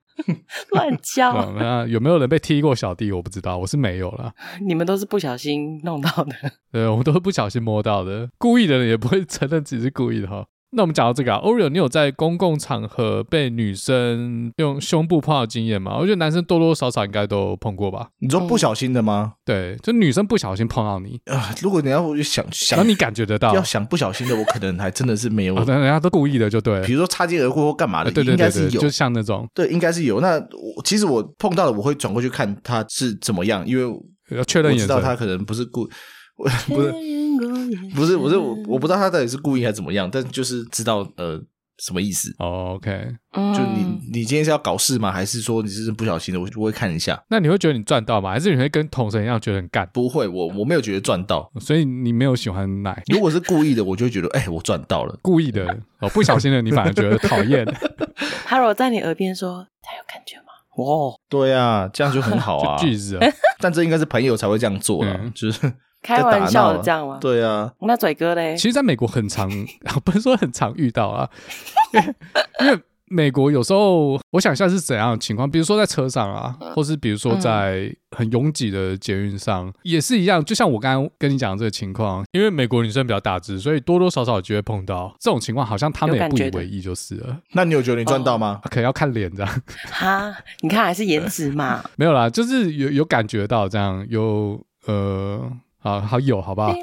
乱嗯 叫，那有没有人被踢过小弟？我不知道，我是没有啦。你们都是不小心弄到 的。对，我们都是不小心摸到的，故意的人也不会 承认自己是故意的哈。那我们讲到这个、啊、，Oreo，你有在公共场合被女生用胸部碰到的经验吗？我觉得男生多多少少应该都碰过吧。你嗯说不小心的吗？对，就女生不小心碰到你，啊、如果你啊要想然想后你感觉得到，要想不小心的，我可能还真的是没有。哦，人家都故意的，就对了。呃比如说擦肩而过或干嘛的，对对对应该对是对，有就像那种对，应该是有。那我其实我碰到了，我会转过去看他是怎么样，因为我要呃确认眼知道他神。可能不是故，我不是不是不是我我不知道他到底是故意还是怎么样，但就是知道呃什么意思。哦，OK，嗯就你你今天是要搞事吗？还是说你是不小心的？我我会看一下。那你会觉得你赚到吗？还是你会跟统神一样觉得很干？不会，我我没有觉得赚到。所以你没有喜欢奶，如果是故意的，我就会觉得哎、我赚到了。故意的哦，不小心的你反而觉得讨 厌，他如果在你耳边说，他有感觉吗？哦，对啊，这样就很好啊就。句子啊。 但这应该是朋友才会这样做啦，嗯就是开在打玩笑闹的啊这样吗？对啊，那嘴哥嘞其？实，在美国很常， 不是说很常遇到啊， 因为因为美国有时候我想一下是怎样的情况，比如说在车上啊，嗯或是比如说在很拥挤的捷运上，也是一样。就像我刚刚跟你讲的这个情况，因为美国女生比较大只，所以多多少少有机会碰到这种情况，好像他们有也感不以觉的为意就是了，那你有觉得你赚到吗？可能要看脸这样。 哈，你看还是颜值嘛。没有啦，就是有有感觉到这样，有呃，好好有，好不啊好？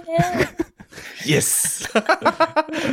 Yes，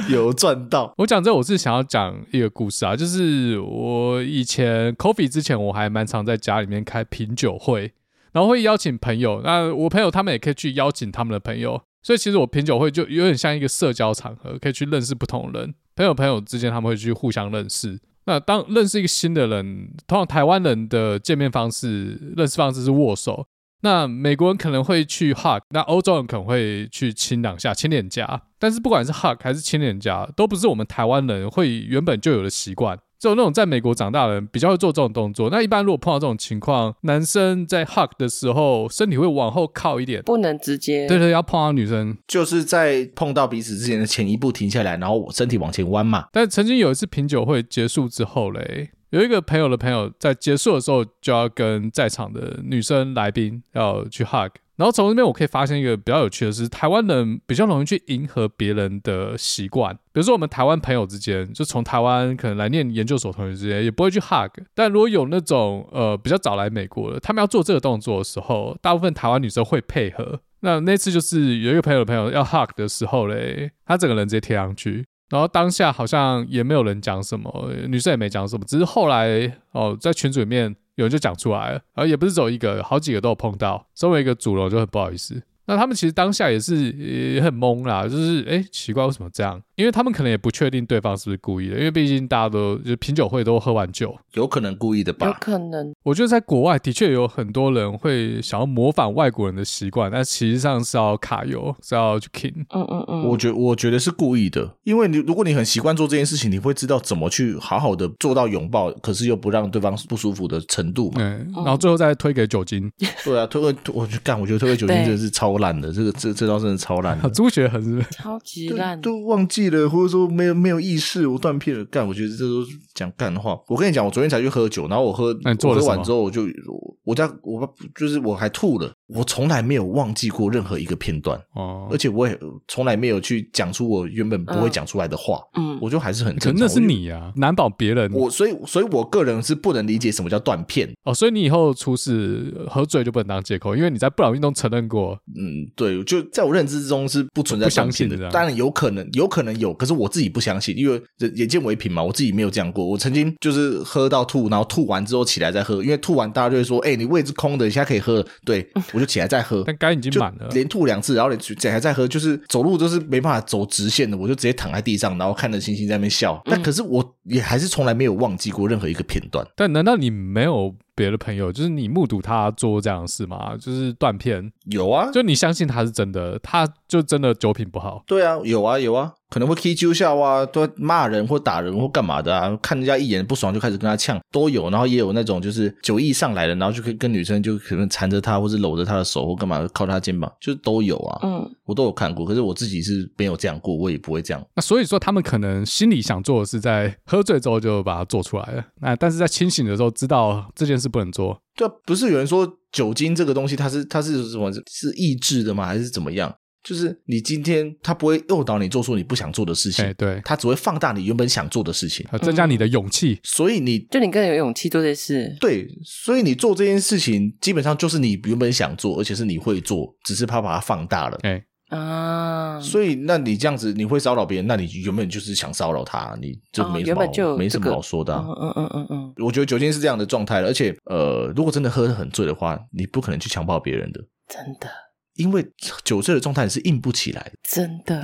有赚到。我讲这，我是想要讲一个故事啊，就是我以前 coffee 之前，我还蛮常在家里面开品酒会，然后会邀请朋友，那我朋友他们也可以去邀请他们的朋友，所以其实我品酒会就有点像一个社交场合，可以去认识不同人，朋友朋友之间他们会去互相认识。那当认识一个新的人，通常台湾人的见面方式、认识方式是握手，那美国人可能会去 hug，那欧洲人可能会去亲两下、亲脸颊，但是不管是 hug 还是亲脸颊，都不是我们台湾人会原本就有的习惯。只有那种在美国长大的人比较会做这种动作。那一般如果碰到这种情况，男生在 hug 的时候，身体会往后靠一点。 不能直接对对，要碰到女生。就是在碰到彼此之前的前一步停下来，然后我身体往前弯嘛。但曾经有一次品酒会结束之后嘞，有一个朋友的朋友在结束的时候就要跟在场的女生来宾要去 hug。然后从这边我可以发现一个比较有趣的是，台湾人比较容易去迎合别人的习惯。比如说我们台湾朋友之间，就从台湾可能来念研究所同学之间，也不会去 hug。但如果有那种呃比较早来美国的，他们要做这个动作的时候，大部分台湾女生会配合。那那次就是有一个朋友的朋友要 hug 的时候嘞，他整个人直接贴上去，然后当下好像也没有人讲什么，呃女生也没讲什么，只是后来哦，在群组里面有人就讲出来了，然后也不是只有一个，好几个都有碰到。身为一个主楼就很不好意思。那他们其实当下也是也很懵啦，就是诶，奇怪为什么这样？因为他们可能也不确定对方是不是故意的，因为毕竟大家都就是品酒会都喝完酒，有可能故意的有吧？可能我觉得在国外的确有很多人会想要模仿外国人的习惯，但其实上是要卡油，是要去 king。嗯嗯嗯，我觉我觉得是故意的，因为你如果你很习惯做这件事情，你会知道怎么去好好的做到拥抱，可是又不让对方不舒服的程度嘛。嗯，然后最后再推给酒精，。对啊，推个我去干，我觉得推个酒精对真的是超烂的，这个这这招真的超烂的啊朱学恒是不是？超级对烂，都忘记了，或者说没有没有意识，我断片了。干，我觉得这都是讲干话。我跟你讲，我昨天才去喝酒，然后我喝，那你做我了喝什么完之后我就我我在我爸就是我还吐了。我从来没有忘记过任何一个片段，哦而，且我也从来没有去讲出我原本不会嗯讲出来的话，嗯，我就还是很可正常。那是我就你啊，难保别人。我，所以所以我个人是不能理解什么叫断片。哦，所以你以后出事呃喝醉就不能当借口，因为你在布朗运动承认过。嗯，对，就在我认知中是不存在不相断片信的啊当然有可能，有可能有，可是我自己不相信，因为人眼见为凭嘛，我自己没有这样过。我曾经就是喝到吐，然后吐完之后起来再喝，因为吐完大家就会说：“哎、你位置空的，你现在可以喝了。”对，我就起来再喝。 但肝已经就满了连吐两次，然后连起来再喝，就是走路都是没办法走直线的，我就直接躺在地上，然后看着星星在那边笑。但可是我也还是从来没有忘记过任何一个片段。但难道你没有别的朋友，就是你目睹他做这样的事吗？就是断片，有啊，就你相信他是真的，他就真的酒品不好。对啊，有啊有啊，可能会 K 揪笑啊，都骂人或打人或干嘛的啊，看人家一眼不爽就开始跟他呛，都有。然后也有那种就是酒意上来了，然后就跟跟女生就可能缠着她，或是搂着她的手或干嘛，靠她肩膀，就是都有啊，嗯我都有看过。可是我自己是没有这样过，我也不会这样。那所以说，他们可能心里想做的是在喝醉之后就把它做出来了。那但是在清醒的时候知道这件事不能做，对啊，不是有人说酒精这个东西它是它是什么是抑制的吗？还是怎么样？就是你今天它不会诱导你做出你不想做的事哎、情，对，它只会放大你原本想做的事情。呃增加你嗯的勇气。所以你就你更有勇气做这事，对，所以你做这件事情，基本上就是你原本想做，而且是你会做，只是怕把它放大了。嗯哎、啊， 所以，那你这样子，你会骚扰别人，那你原本就是想骚扰他，你这哦没什原么好、本就有没什这么个好说的啊、嗯嗯嗯嗯我觉得酒精是这样的状态了，而且，呃，如果真的喝得很醉的话，你不可能去强暴别人的，嗯，真的因为酒醉的状态你是硬不起来真的，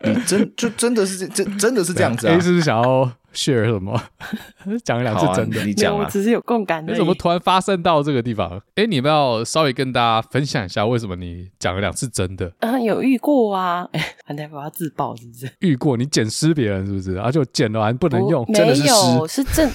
的，你真就真的是这真真的是这样子啊 A 是不是想要 share 什么？ 讲两次好啊真的。你没有讲我啊，只是有共感而你已，怎么突然发生到这个地方？哎，你要不要稍微跟大家分享一下，为什么你讲了两次真的啊有遇过啊？ 哎，反正我要自爆是 不是？遇过？你捡尸别人是不是？而且捡了还不能不用，没真的是有尸。是正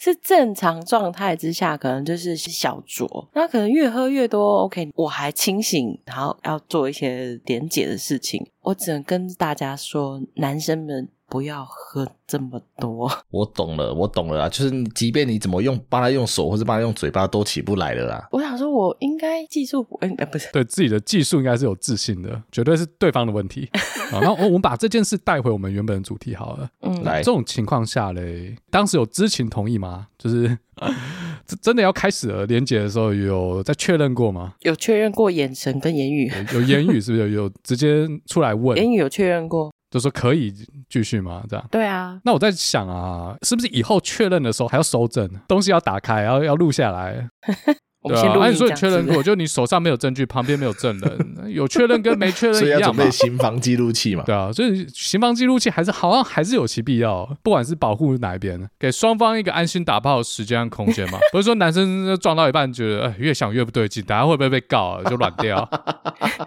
是正常状态之下，可能就是小酌，那可能越喝越多。OK，我还清醒，然后要做一些连结的事情。我只能跟大家说，男生们不要喝这么多。 我懂了，我懂了啊，就是你即便你怎么用帮他用手或者帮他用嘴巴都起不来了啊。我想说，我应该技术不，哎、呃不是，对自己的技术应该是有自信的，绝对是对方的问 题。好，那我我们把这件事带回我们原本的主题好了。嗯，来这种情况下嘞，当时有知情同意吗？就是这真的要开始了连接的时候，有在确认过吗？有确认过眼神跟言语，有有言语是不是有有直接出来问，言语有确认过。就说可以继续吗？这样。对啊，那我在想啊，是不是以后确认的时候还要收证，东西要打开，然后要录下来？我对啊们先，录按音你说这你样子确认过，就你手上没有证据，旁边没有证人，有确认跟没确所以认要一样准嘛备？刑房记录器嘛。对啊，所以刑房记录器还是好像还是有其必要， 不管是保护哪一边，给双方一个安心打炮的时间和空间嘛。不 是说男生撞到一半觉得、哎越想越不对劲，等下会不会被告啊、就软掉？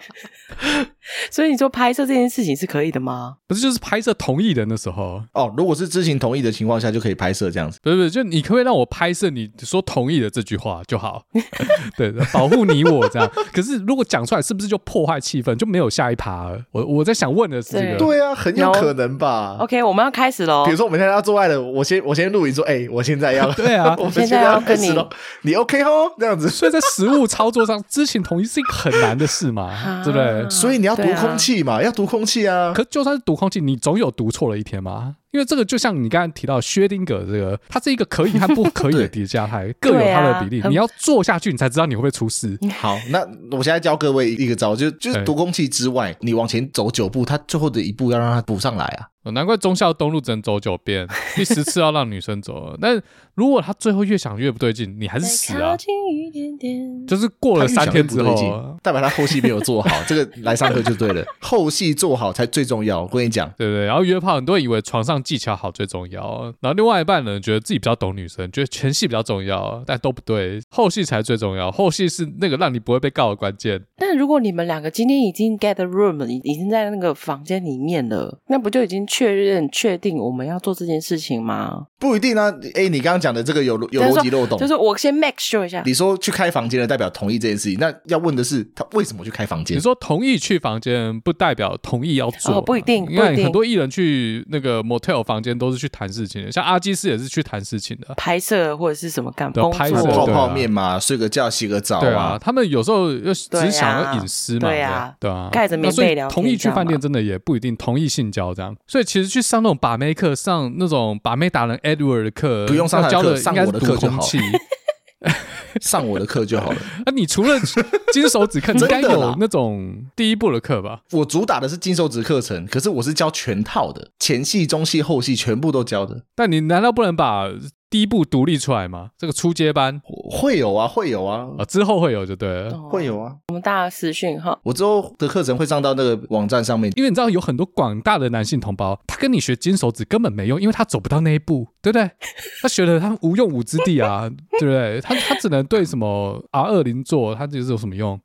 所以你说拍摄这件事情是可以的吗？不是就是拍摄同意的那时候，哦，如果是知情同意的情况下，就可以拍摄这样子。不是不是，就你可不可以让我拍摄你说同意的这句话就好？ 对，保护你我这样。 可是如果讲出来，是不是就破坏气氛，就没有下一趴了？我我在想问的是这个，对对啊，很有可能吧。啊 OK，我们要开始喽比。如说我们现在要做爱了，我先我先录影说，哎、我现在要，哦 对啊 我们现在要跟现在开始咯你 OK 哦，这样子。所以在实物操作上，知情同意是一个很难的事 嘛，啊对不对？所以你要读对啊空气嘛，要读空气啊。可就算是读空气，你总有读错了一天嘛。因为这个就像你刚才提到薛定谔这个，它是一个可以和不可以的叠加 态，各有它的比例对。啊你要做下去，你才知道你会不会出事。好，那我现在教各位一个招，就就是哎读空气之外，你往前走九步，它最后的一步要让它补上来啊。呃难怪忠孝东路只能走九 遍，第十次要让女生走了。但如果他最后越想越不对劲，你还是死再靠啊！近一点点，就是过了三天之他预后想啊不对劲，代表他后戏没有做好，这个来上课就对了， 后戏做好才最重要。我跟你讲，对不对？然后约炮，很多人以为床上技巧好最重要，然后另外一半人觉得自己比较懂女生，觉得前戏比较重要，但都不对，后戏才最重要。后戏是那个让你不会被告的关键。但如果你们两个今天已经 get the room，已已经在那个房间里面了，那不就已经确认确定我们要做这件事情吗？不一定啊。哎，你刚刚讲的这个有有就是说逻辑漏洞，就是我先 make sure 一下，你说去开房间的代表同意这件事情，那要问的是他为什么去开房间？你说同意去房间，不代表同意要做嘛，哦不一定你看不一定很多艺人去那个 motel 房间都是去谈事情的，像阿基斯也是去谈事情的。拍摄或者是什么干对工拍吃摄泡作对啊泡面嘛，睡个觉，洗个澡对啊，。他们有时候又只对啊是想要隐私嘛，对对啊对啊，盖着棉那被所以聊天同意这去样饭店嘛真的也不一定同意性交这样，所以其实去上那种把妹课，上那种把妹达人 Edward 的课，不用上要教他的课的上应该是我的读课就空好气。 上我的课就好了。啊，你除了金手指课，你应 真该的啦有那种第一步的课吧？我主打的是金手指课程，可是我是教全套的，前戏、中戏、后戏全部都教的。但你难道不能把第一步独立出来吗？这个初阶班会有啊，会有啊，啊，之后会有就对了。哦会有啊。我们大家私讯哈，我之后的课程会上到那个网站上面。因为你知道有很多广大的男性同胞，他跟你学金手指根本没用，因为他走不到那一步，对不 对？他学了他无用武之地 啊，对不对？他他只能对什么 R 二零做，他就是有什么用？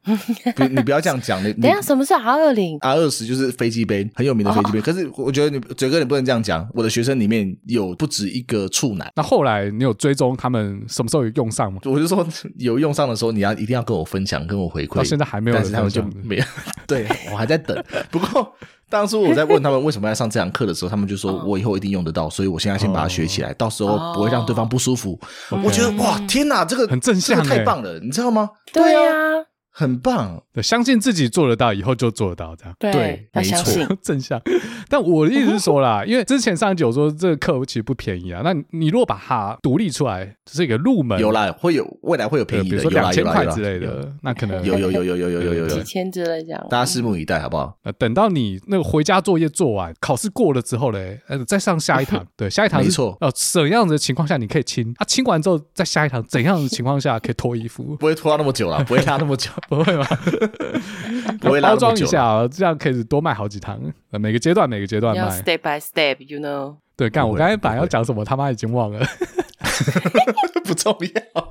不，你不要这样讲，你你等一下哦什么是 R 二零？啊 R 二十就是飞机杯，很有名的飞机杯。可是我觉得你嘴哥你不能这样讲，我的学生里面有不止一个处男。那后来你有追踪他们什么时候有用上吗？我就说有用上的时候，你要一定要跟我分享，跟我回馈。到现在还没有人但是他们就分享没有。对我还在等。不过当初我在问他们为什么要上这堂课的时候，他们就说哦我以后一定用得到，所以我现在先把它学起来，到时候不会让对方不舒服。哦我觉得哇，嗯天哪，这个很正向这个太欸棒了，你知道吗？对啊，呀、很棒。对，相信自己做得到，以后就做得到，这样。对要没相错信。 正向，但我的意思是说 啦，因为之前上一集我说这个课其实不便宜啊，那你你如果把它独立出来，只是一个入门，有啦，会有未来会有对，便比宜如的，说有两啦有千啦块有啦之类的，那可能有有有有有有有有有几有，千之类这样，大家拭目以待，好不好？呃，等到你那个回家作业做完，考试过了之后嘞，呃，再上下一 堂。对，下一堂是没错呃，怎样的情况下你可以亲？啊，亲完之后，在下一堂怎样的情况下可以脱衣服？ 不会拖到那么久啦，不会拉那么久，不会吗？不会拉包那么装一久啦。下啊，这样可以多卖好几堂。呃，每个阶段每个阶段要卖。 step by step，you know。对，干，不我会刚才本来不要会讲什么，他妈已经忘了。 不重要。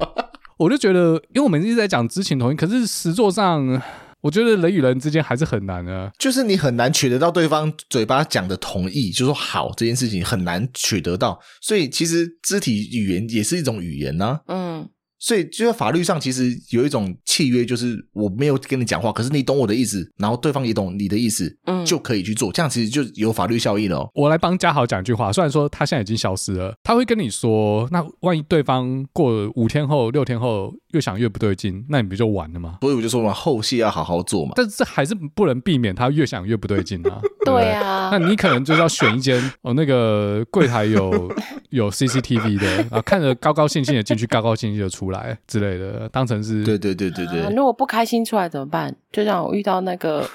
我就觉得，因为我们一直在讲知情同意，可是实作上，我觉得人与人之间还是很难啊的。就是你很难取得到对方嘴巴讲的同意，就说好这件事情很难取得到，所以其实肢体语言也是一种语言呐、啊嗯，所以就在法律上，其实有一种契约，就是我没有跟你讲话，可是你懂我的意思，然后对方也懂你的意思，嗯就可以去做，这样其实就有法律效益了、哦。我来帮嘉豪讲一句话，虽然说他现在已经消失了，他会跟你说，那万一对方过了五天后、六天后越想越不对劲，那你不就完了吗？所以我就说嘛，后戏要好好做嘛。但是这还是不能避免他越想越不对劲啊。对不对对啊那，你可能就是要选一间哦，那个柜台有 有 CCTV 的啊，看着高高兴兴的进去，高高兴兴的出来之类的，当成是对对对对对啊，如果不开心出来怎么办？就像我遇到那个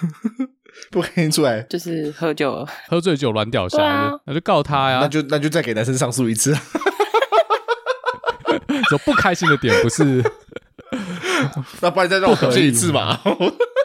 不可以出来，就是喝酒了，喝醉酒软屌对侠啊，那就告他哎呀那。就那就再给男生上诉一次。啊说不开心的点不是 那不然再让我喝醉一次嘛？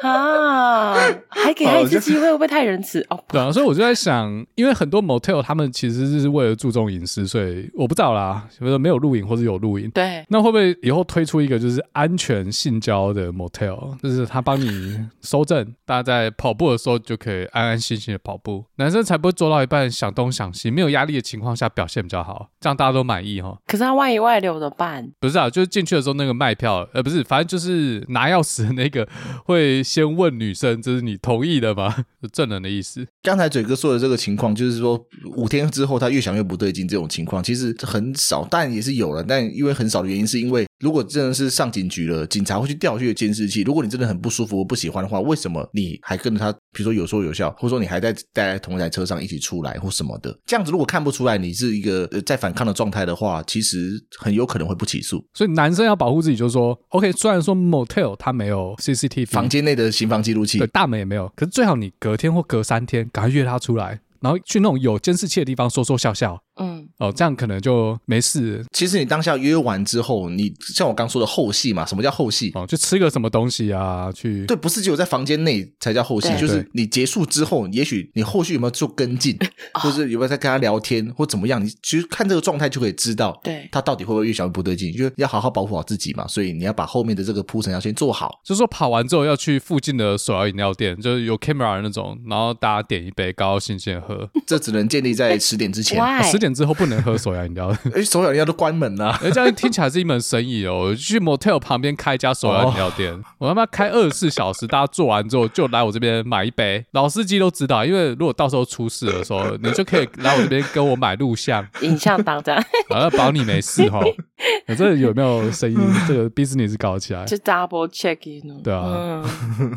啊，还给他一次机会，会不会太仁慈？哦，对啊，所以我就在想，因为很多 motel 他们其实是为了注重隐私，所以我不知道啦，比如说没有录影或者有录影，对，那会不会以后推出一个就是安全性交的 motel，就是他帮你收证，大家在跑步的时候就可以安安心心的跑步，男生才不会做到一半想东想西，没有压力的情况下表现比较好，这样大家都满意哈。可是他万一外流怎么办？不是啊，就是进去的时候那个卖票，呃，不是，反正就是拿钥匙的那个会先问女生，这是你同意的吗？ 就证人的意思。刚才嘴哥说的这个情况，就是说五天之后他越想越不对劲这种情况，其实很少，但也是有了。但因为很少的原因，是因为如果真的是上警局了，警察会去调阅监视器。如果你真的很不舒服、不喜欢的话，为什么你还跟着他，比如说有说有笑，或者说你还在待在同一台车上一起出来或什么的？这样子如果看不出来你是一个呃在反抗的状态的话，其实很有可能会不起诉。所以男生要保护自己，就是说，OK，虽然说 motel 它没有 CCTV 房间内的行房记录器对，大门也没有，可是最好你隔天或隔三天赶快约他出来，然后去那种有监视器的地方说说笑笑，嗯，哦，这样可能就没事了其实你当下约完之后，你像我刚说的后戏嘛，什么叫后戏？哦，就吃个什么东西啊，去对，不是只有在房间内才叫后戏，对就是对你结束之后，也许你后续有没有做跟进，哦或是有没有在跟他聊天或怎么样，你其实看这个状态就可以知道，对他到底会不会越想越不对劲，因为要好好保护好自己嘛，所以你要把后面的这个铺陈要先做 好。就说跑完之后要去附近的手摇饮料店，就是有 camera 的那种，然后大家点一杯，高高兴兴地喝。哦这只能建立在十点之前，哇，十、点之后不能喝手摇饮料，哎，手表人家都关门了、哎，这样听起来是一门生意哦。我去 motel 旁边开一家手摇饮料店，我他妈开二十四小时，大家做完之后就来我这边买一杯。老司机都知道，因为如果到时候出事的时候，你就可以来我这边跟我买录像，影像当家，然后保你没事哈、哦。这有没有生意？这个 business 搞起 来，就 double check you know，对啊嗯，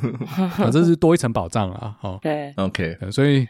反正是多一层保障啊。好、哦。对， OK，对所以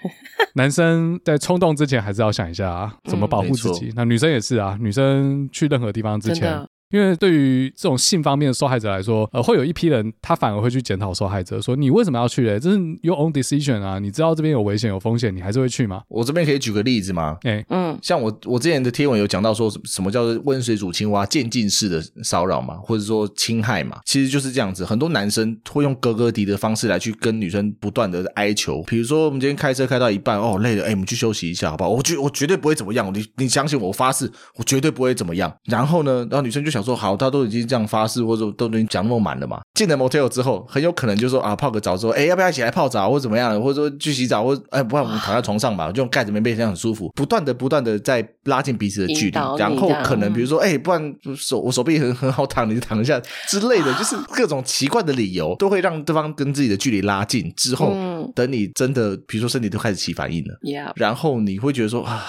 男生在冲动之前还是要想一下、啊、怎么嗯保护自己。那女生也是啊，女生去任何地方之真前的。，因为对于这种性方面的受害者来说，呃，会有一批人，他反而会去检讨受害者，说你为什么要去嘞？这是 your own decision 啊，你知道这边有危险有风险，你还是会去吗？我这边可以举个例子吗？哎、嗯，像我我之前的贴文有讲到说什什么叫做温水煮青蛙渐进式的骚扰嘛，或者说侵害嘛，其实就是这样子。很多男生会用哥哥迪的方式来去跟女生不断的哀求，比如说我们今天开车开到一半，哦累了，哎，我们去休息一下好不好？我绝我绝对不会怎么样，你你相信我，我发誓，我绝对不会怎么样。然后呢，然后女生就想说，好，他都已经这样发誓，或者说都已经讲那么满了嘛，进了 motel 之后，很有可能就说啊泡个澡之后，哎，要不要一起来泡澡或怎么样，或者说去洗澡，或哎，不然我们躺在床上吧，就用盖着棉被，这样很舒服。不断的不断的在拉近彼此的距引离导，你然后这样可能嗯比如说，哎，不然手我手臂很 很好躺，你就躺一下之类的，就是各种奇怪的理由，都会让对方跟自己的距离拉近。之后嗯，等你真的，比如说身体都开始起反应了。呀，然后你会觉得说啊，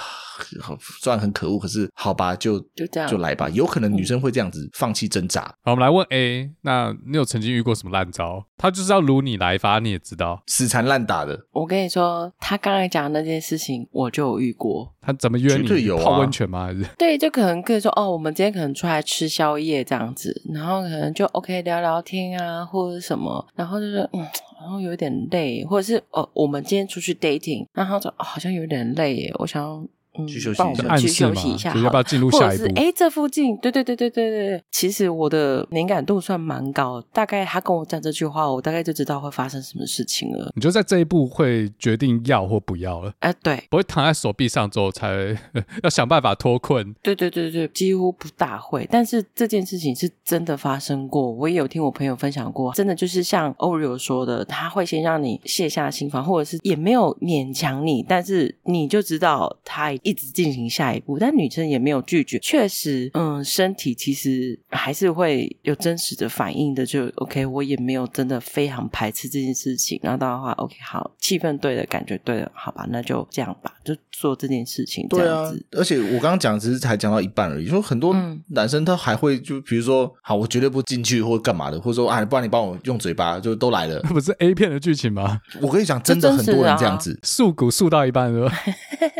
好，虽然很可恶，可是好吧，就就这样嗯就来吧。有可能女生会这样子放弃挣扎，好，我们来问 A，那你有曾经遇过什么烂招？他就是要撸你来发，你也知道死缠烂打的。我跟你说，他刚才讲的那件事情，我就有遇过。他怎么约绝对你有啊泡温泉吗？还是对，就可能跟你说哦，我们今天可能出来吃宵夜这样子，然后可能就 OK 聊聊天啊，或者什么，然后就是嗯，然后有点累，或者是哦，我们今天出去 dating，然后他说、哦、好像有点累耶，我想要嗯，去休息帮一我下就们暗去示休嘛？息一下就好是要不了。要进入或下者一是步？哎，这附近，对对对对对对对，其实我的敏感度算蛮高的，大概他跟我讲这句话，我大概就知道会发生什么事情了。你就在这一步会决定要或不要了。哎、对不会躺在手臂上之后才 要想办法脱困。 对对对对，几乎不大会。但是这件事情是真的发生过，我也有听我朋友分享过，真的就是像 Oreo 说的，他会先让你卸下心防，或者是也没有勉强你，但是你就知道他一直进行下一步，但女生也没有拒绝。确实，嗯，身体其实还是会有真实的反应的，就 OK，我也没有真的非常排斥这件事情。那到的话，OK，好，气氛对了，感觉对了，好吧，那就这样吧，就做这件事情，这对样啊子。，而且我刚刚讲只是才讲到一半而已，就很多嗯男生他还会就比如说，好，我绝对不进去或干嘛的，或者说啊，不然你帮我用嘴巴，就都来 了那。不是 A 片的剧情吗？我跟你讲，这真的真很多实人啊这样子。束骨束到一半 是吧？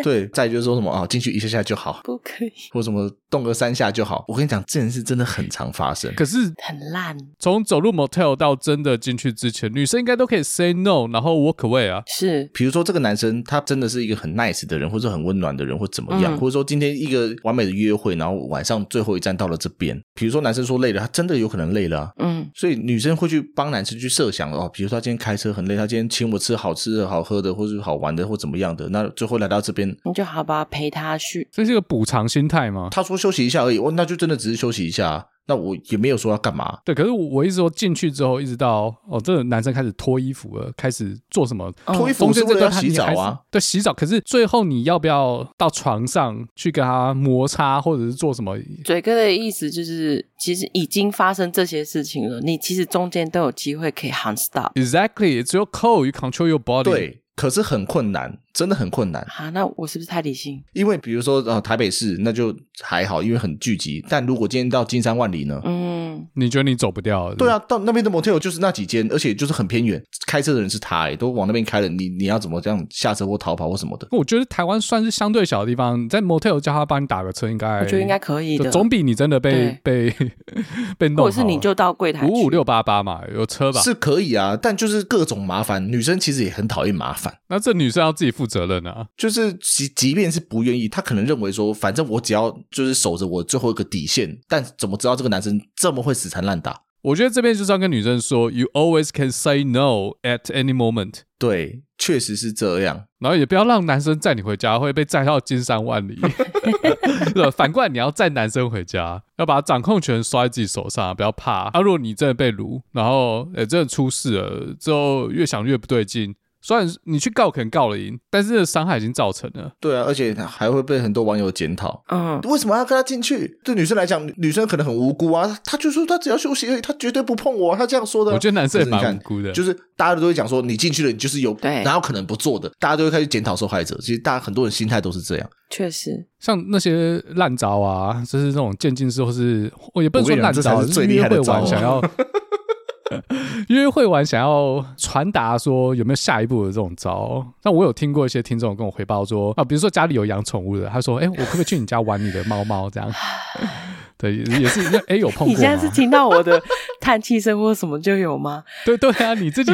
对，再就是说什么啊，进去一下下就好，不可以，或什么动个三下就好。我跟你讲，这件事真的很常发生。可是很烂，从走入 motel 到真的进去之前，女生应该都可以 say no，然后 walk away 啊。是比如说这个男生他真的是一个很 nice 的人，或者很温暖的人，或怎么样，嗯或者说今天一个完美的约会，然后晚上最后一站到了这边，比如说男生说累了，他真的有可能累了啊、嗯，所以女生会去帮男生去设想哦，比如说他今天开车很累，他今天请我吃好吃的、好喝的，或是好玩的，或怎么样的。那最后来到这边，那就好吧，陪他去，这是一个补偿心态吗？他说休息一下而已，哦，那就真的只是休息一下啊，那我也没有说要干嘛。对，可是我我一直说进去之后，一直到哦，这个男生开始脱衣服了，开始做什么？嗯脱衣服中是间为哦这了段要他洗澡，你还是啊，对，洗澡。可是最后你要不要到床上去跟他摩擦，或者是做什么？嘴哥的意思就是，其实已经发生这些事情了，你其实中间都有机会可以 hand stop Exactly, it's your call. You control your body. 对，可是很困难，真的很困难。啊。那我是不是太理性？因为比如说呃台北市那就还好，因为很聚集。但如果今天到金山万里呢？嗯，嗯，你觉得你走不掉？对啊，，到那边的 motel 就是那几间，而且就是很偏远，开车的人是他、欸，都往那边开了，你你要怎么这样下车或逃跑或什么的？我觉得台湾算是相对小的地方，你在 motel 叫他帮你打个车，应该我觉得应该可以的。哎总比你真的被 被被弄好，啊或者是你就到柜台去五五六八八嘛，有车吧？是可以啊，但就是各种麻烦，女生其实也很讨厌麻烦。那这女生要自己负责任啊。就是即即便是不愿意，她可能认为说，反正我只要就是守着我最后一个底线，但怎么知道这个男生这么会死缠烂打？我觉得这边就是要跟女生说，You always can say no at any moment，对，确实是这样。然后也不要让男生载你回家，会被载到金山万 里。对，反过来你要载男生回家，要把掌控权摔在自己手上，不要怕。啊，如果你真的被撸，然后诶、真的出事了，之后越想越不对劲。虽然你去告可能告了赢，但是伤害已经造成了。对啊，而且还会被很多网友检讨。嗯，为什么要跟他进去？对女生来讲，女女生可能很无辜啊。她就说她只要休息而已，她绝对不碰我啊。她这样说的啊，我觉得男生也可是你看蛮无辜的就是大家都会讲说，你进去了，你就是有，对哪有可能不做的？大家都会开始检讨受害者。其实大家很多人心态都是这样。确实，像那些烂招啊，就是那种渐进式，或是哦我也不能说烂招，我跟你讲这才是最厉害的就是约会招完想要 约会完想要传达说有没有下一步的这种招。但我有听过一些听众跟我回报说啊，比如说家里有养宠物的，他说：“哎、我可不可以去你家玩你的猫猫？” 这样，对，也是哎、诶有碰你过现在是吗？听到我的叹气声或什么就有吗？对对啊，你自己，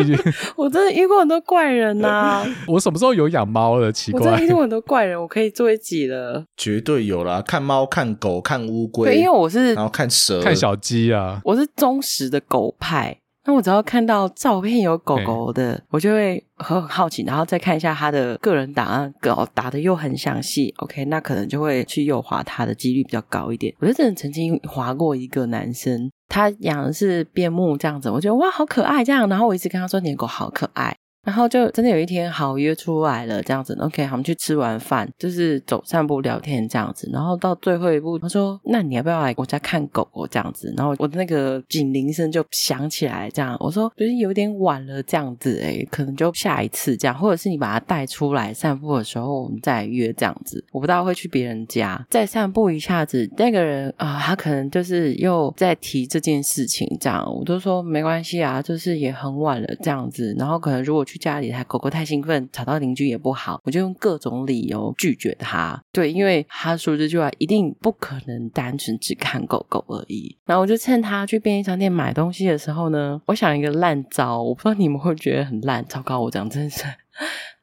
我真的遇过很多怪人呐、我什么时候有养猫了？奇我真怪的，遇过很多怪人，我可以做一集了。绝对有啦，看猫、看狗、看乌龟，对，因为我是然后看蛇、看小鸡啊，我是忠实的狗派，那我只要看到照片有狗对狗的，我就会很很好奇，然后再看一下他的个人档案，搞打的又很详细，OK，那可能就会去右滑他的几率比较高一点。我就真的曾经滑过一个男生，他养的是边牧这样子，我觉得哇好可爱这样，然后我一直跟他说你的狗好可爱。然后就真的有一天好约出来了，这样子，OK，我们去吃完饭，就是走散步聊天这样子，然后到最后一步，他说：“那你要不要来我家看狗狗？”这样子，然后我的那个警铃声就响起来，这样我说：“就是有点晚了，这样子，诶，可能就下一次这样，或者是你把它带出来散步的时候，我们再约这样子。”我不大会去别人家再散步一下子，那个人啊、他可能就是又在提这件事情，这样我就说没关系啊，就是也很晚了这样子，然后可能如果去家里，他狗狗太兴奋，吵到邻居也不好，我就用各种理由拒绝他。对，因为他说这句话一定不可能单纯只看狗狗而已。然后我就趁他去便利商店买东西的时候呢，我想一个烂招，我不知道你们会觉得很烂，糟糕，我讲真是。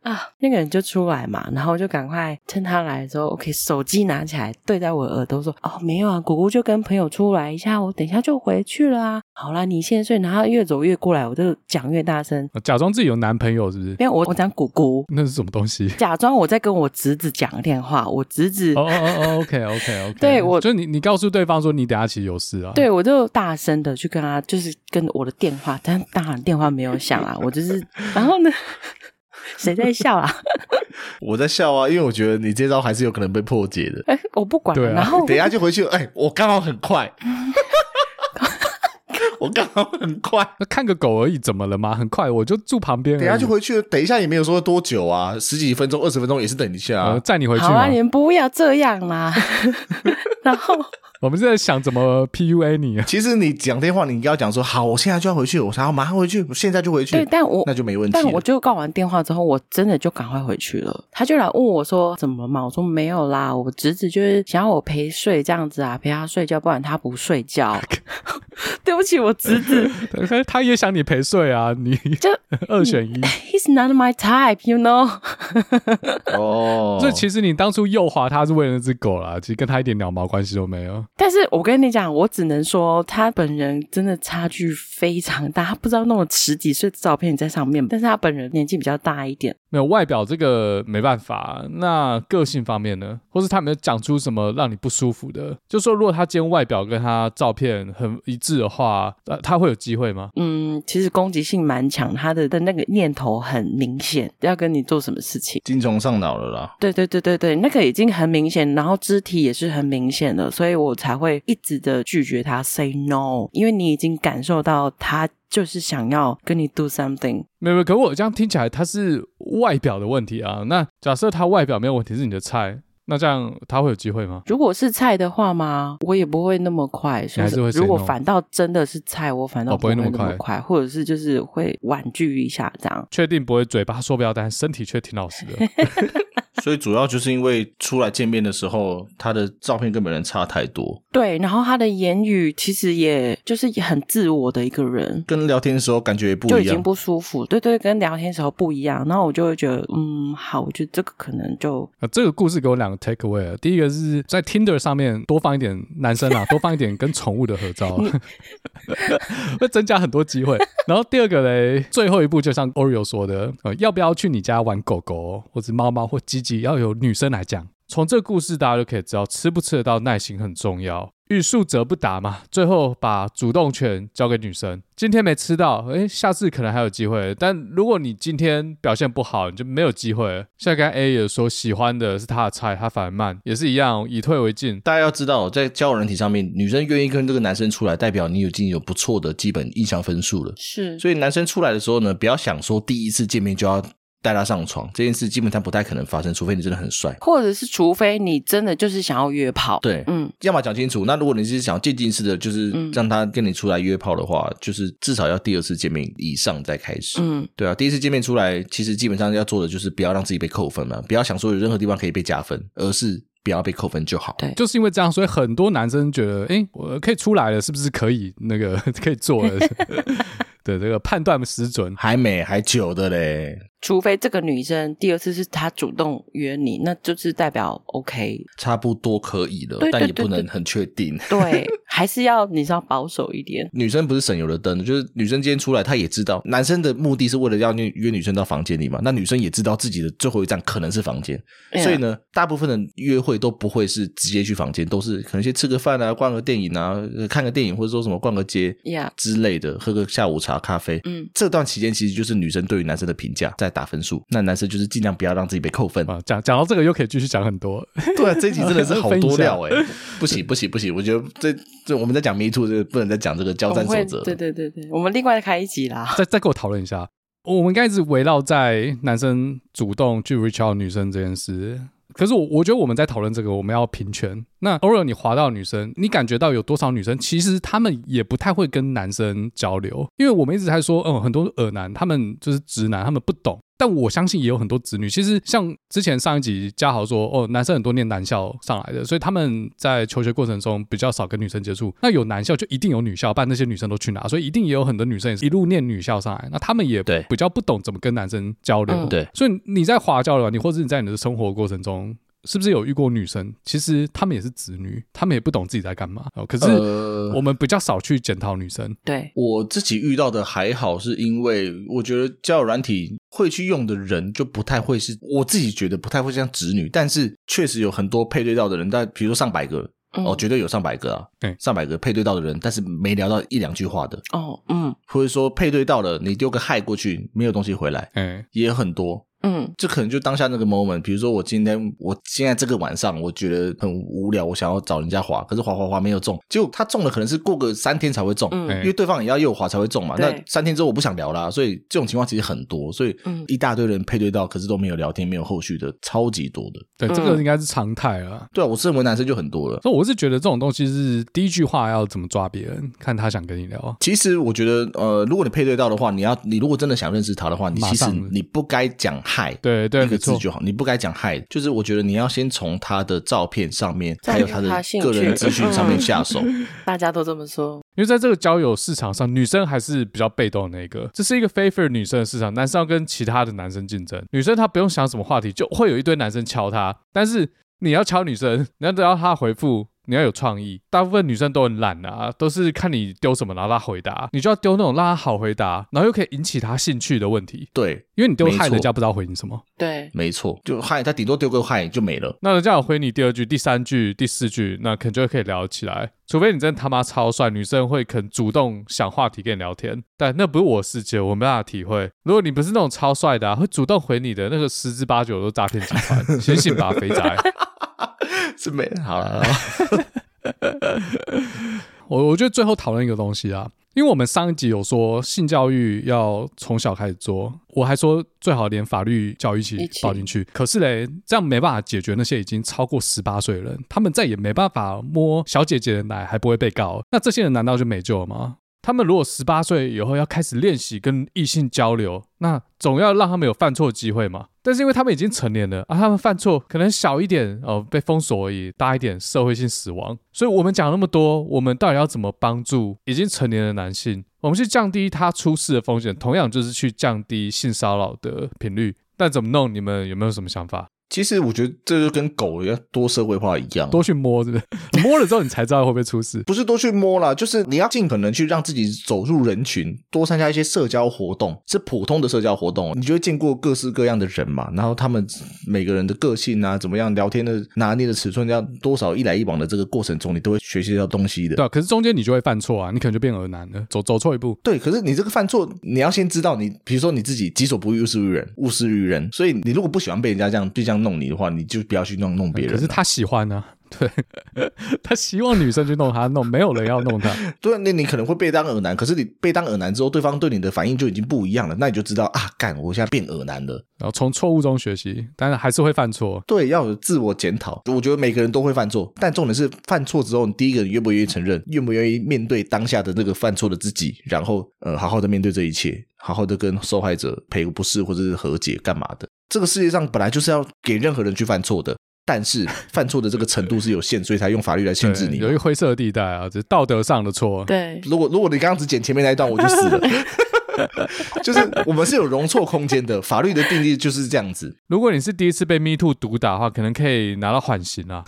啊，那个人就出来嘛，然后我就赶快趁他来的时候，OK，手机拿起来对在我耳朵说：“哦，没有啊，姑姑就跟朋友出来一下，我等一下就回去了啊。” 好啦，你先睡。然后越走越过来，我就讲越大声，假装自己有男朋友是不是？因为我我讲姑姑，那是什么东西？假装我在跟我侄子讲电话，我侄子哦哦哦哦，OK OK OK，对我就你你告诉对方说你等下其实有事啊， 对，我就大声的去跟他，就是跟我的电话，但当然电话没有响啊，我就是，然后呢，谁在笑啊？ 我在笑啊，因为我觉得你这招还是有可能被破解的。哎、我不管了。对啊然后等一下就回去了。哎、我刚好很 快，我刚好很快。那看个狗而已，怎么了吗？很快我就住旁边而已，等一嗯下就回去了，等一下也没有说多久啊，十几分钟、二十分钟也是等一下啊。呃载你回去好啊，嘛。你们不要这样 啦。然后我们是在想怎么 PUA 你啊， 其实你讲电话，你应该要讲说好，我现在就要回去，我想要马上回去，我现在就回去。对，但我那就没问题了。但我就挂完电话之后，我真的就赶快回去了。他就来问我说怎么嘛？我说没有啦，我侄子就是想要我陪睡这样子啊，陪他睡 觉，不然他不睡觉。对不起，我侄子他他也想你陪睡啊，你就 二选嗯一。 he's not my type，you know 哦，所以其实你当初诱滑他是为了那只狗啦，其实跟他一点鸟毛关系都没有。但是我跟你讲，我只能说他本人真的差距非常大。他不知道那种十几岁的照片在上面，但是他本人年纪比较大一点。没有外表这个没办法，那个性方面呢，或是他有没有讲出什么让你不舒服的？就说如果他今天外表跟他照片很一致的话，呃，他会有机会吗？嗯，其实攻击性蛮强，他的的那个念头很明显，要跟你做什么事情。精虫上脑了啦。对对对对对，那个已经很明显，然后肢体也是很明显的，所以我才会一直的拒绝他 say no，因为你已经感受到他就是想要跟你 do something。没有，没有可我这样听起来，他是外表的问题啊。那假设他外表没有问题，是你的菜，那这样他会有机会吗？如果是菜的话嘛，我也不会那么快。还是会如果 say no 反倒真的是菜，我反倒哦不会那那么么快，快或者是就是会婉拒一下这样。确定不会嘴巴说不要，但身体却挺老实的。所以主要就是因为出来见面的时候，他的照片跟本人差太多，对，然后他的言语其实也就是也很自我的一个人，跟聊天的时候感觉也不就一已经样。不舒服。对对，跟聊天时候不一样。然后我就会觉得，嗯，好，我觉得这个可能就啊，这个故事给我两个 take away，第一个是在 Tinder 上面多放一点男生啊，多放一点跟宠物的合照，啊会增加很多机会。 然后第二个嘞，最后一步就像 Oreo 说的，呃，要不要去你家玩狗狗或者猫猫或鸡鸡，要由女生来讲。从这个故事，大家就可以知道吃不吃得到耐心很重要，欲速则不达嘛。最后把主动权交给女生，今天没吃到，诶，下次可能还有机会。但如果你今天表现不好，你就没有机会了。现在跟 A 也说喜欢的是他的菜，他反而慢，也是一样，以退为进。大家要知道，在交友软体上面，女生愿意跟这个男生出来，代表你已经有不错的基本印象分数了。是所以男生出来的时候呢，不要想说第一次见面就要带他上床，这件事基本上不太可能发生，除非你真的很帅。或者是除非你真的就是想要约炮，对嗯，要么讲清楚，那如果你是想渐进式的，就是嗯让他跟你出来约炮的话，就是至少要第二次见面以上再开始。嗯，对啊，第一次见面出来，其实基本上要做的就是不要让自己被扣分了，不要想说有任何地方可以被加分，而是不要被扣分就好。对就是因为这样，所以很多男生觉得，诶，我可以出来了，是不是可以那个 可以做了？对，这个判断失准。还美还久的嘞，除非这个女生第二次是她主动约你，那就是代表 OK，差不多可以了对，但对也不对能对很确定。对，还是要你知道保守 一点，女生不是省油的灯，就是女生今天出来，她也知道男生的目的是为了要约约女生到房间里嘛，那女生也知道自己的最后一站可能是房间，嗯所以呢，大部分的约会都不会是直接去房间，都是可能先吃个饭啊，逛个电影啊，呃看个电影，或者说什么逛个街 Yeah 之类的，喝个下午茶、咖啡。嗯，这段期间其实就是女生对于男生的评价在打分数，那男生就是尽量不要让自己被扣 分。啊，讲讲到这个又可以继续讲很多， 对啊，这一集真的是好分一多下料哎、不行不行不行，我觉得这这我们在讲 Me Too 这个不能再讲这个交我战守们哦会则了。对对对对，我们另外开一集啦。再再跟我讨论一下。我们应该一直围绕在男生主动去 reach out 女生这件事。可是我我觉得我们在讨论这个，我们要平权。那偶尔你滑到女生，你感觉到有多少女生其实她们也不太会跟男生交流，因为我们一直在说，嗯，很多耳男，他们就是直男，他们不懂。但我相信也有很多直女，其实像之前上一集嘉豪说，哦，男生很多念男校上来的，所以他们在求学过程中比较少跟女生接触。那有男校就一定有女校，不然那些女生都去哪？所以一定也有很多女生也是一路念女校上来，那他们也对比较不懂怎么跟男生交流。嗯对所以你在华交流，你或者是你在你的生活过程中。是不是有遇过女生？其实她们也是子女，她们也不懂自己在干嘛。哦，可是呃我们比较少去检讨女生。对，我自己遇到的还好，是因为我觉得交友软体会去用的人就不太会是，我自己觉得不太会像直女，但是确实有很多配对到的人，但比如说上百个，嗯哦，绝对有上百个啊，对上百个配对到的人，但是没聊到一两句话的，哦，嗯或者说配对到了，你丢个嗨过去，没有东西回来，哎、也有很多。嗯这可能就当下那个 moment，比如说我今天，我现在这个晚上，我觉得很无聊，我想要找人家滑，可是滑滑滑没有中，结果他中了，可能是过个三天才会中，哎嗯因为对方也要右滑才会中嘛。对那三天之后我不想聊啦，所以这种情况其实很多，所以嗯一大堆人配对到，可是都没有聊天，没有后续的，超级多的。对，这个嗯应该是常态了。对啊，我身为男生就很多了。所以我是觉得这种东西是第一句话要怎么抓别人，看他想跟你聊。啊其实我觉得，呃，如果你配对到的话，你要你如果真的想认识他的话，你其实马上你不该讲嗨，对对，一没个字错。就好，你不该讲嗨，就是我觉得你要先从他的照片上面，再还有去他他的兴个人趣资讯上面嗯下手。大家都这么说，因为在这个交友市场上，女生还是比较被动的那一个，这是一个 favor 女生的市场，男生要跟其他的男生竞争，女生她不用想什么话题，就会有一堆男生敲她，但是你要敲女生，你要得到她回复。你要有创意，大部分女生都很懒啊，都是看你丢什么，然后她回答，你就要丢那种让她好回答，然后又可以引起她兴趣的问题，对，因为你丢没害错人家不知道回你什么。对，没错，就嗨，他顶多丢个嗨就 没了。那人家有回你第二句、第三句、第四句，那可能就可以聊起来。除非你真的他妈超帅，女生会肯主动想话题跟你聊天，但那不是我世界，我没办法体会。如果你不是那种超帅的、啊，会主动回你的，那个十之八九都是诈骗集团，醒醒吧，肥宅！是没好了， 我我觉得最后讨论一个东西啊，因为我们上一集有说性教育要从小开始做，我还说最好连法律教育一一起起包进去。可是嘞，这样没办法解决那些已经超过十八岁的人，他们再也没办法摸小姐姐的奶，还不会被告。那这些人难道就没救了吗？他们如果十八岁以后要开始练习跟异性交流，那总要让他们有犯错的机会嘛。但是因为他们已经成年了啊，他们犯错可能小一点哦、呃被封锁而已，大一点社会性死亡。所以我们讲那么多，我们到底要怎么帮助已经成年的男性？我们去降低他出事的风险，同样就是去降低性骚扰的频率。但怎么弄？你们有没有什么想法？其实我觉得这就跟狗要多社会化一样，多去摸，是 不是？摸了之后你才知道会不会出事。不是多去摸啦，就是你要尽可能去让自己走入人群，多参加一些社交活动，是普通的社交活动，哦你就会见过各式各样的人嘛，然后他们每个人的个性啊，怎么样聊天的拿捏的尺寸，要多少一来一往的这个过程中，你都会学习到东西的对。啊，可是中间你就会犯错啊，你可能就变耳男了，走走错一步。对，可是你这个犯错，你要先知道你，比如说你自己己所不欲，勿施于人，勿施于人。所以你如果不喜欢被人家这样就这样弄你的话，你就不要去弄弄别人啊可了。是他喜欢呢、 对，他希望女生去弄他，弄没有人要弄 他。对，那你可能会被当耳男，可是你被当耳男之后，对方对你的反应就已经不一样了，那你就知道啊，干，我现在变耳男了。然后从错误中学习，当然还是会犯错。对，要有自我检讨。我觉得每个人都会犯错，但重点是犯错之后，你第一个你愿不愿意承认，愿不愿意面对当下的那个犯错的自己，然后呃，好好的面对这一切，好好的跟受害者赔个不是或者是和解干嘛的。这个世界上本来就是要给任何人去犯错的。但是 犯错的这个程度是有限，所以才用法律来限制对你嘛有一。个灰色地带啊，就是道德上的嗯错。对，如果如果你刚刚只剪前面那一段，我 就死了。就是我们是有容错空间的，法律的定义就是这样子。如果你是第一次被 Me Too 毒打的话，可能可以拿到缓刑 啊。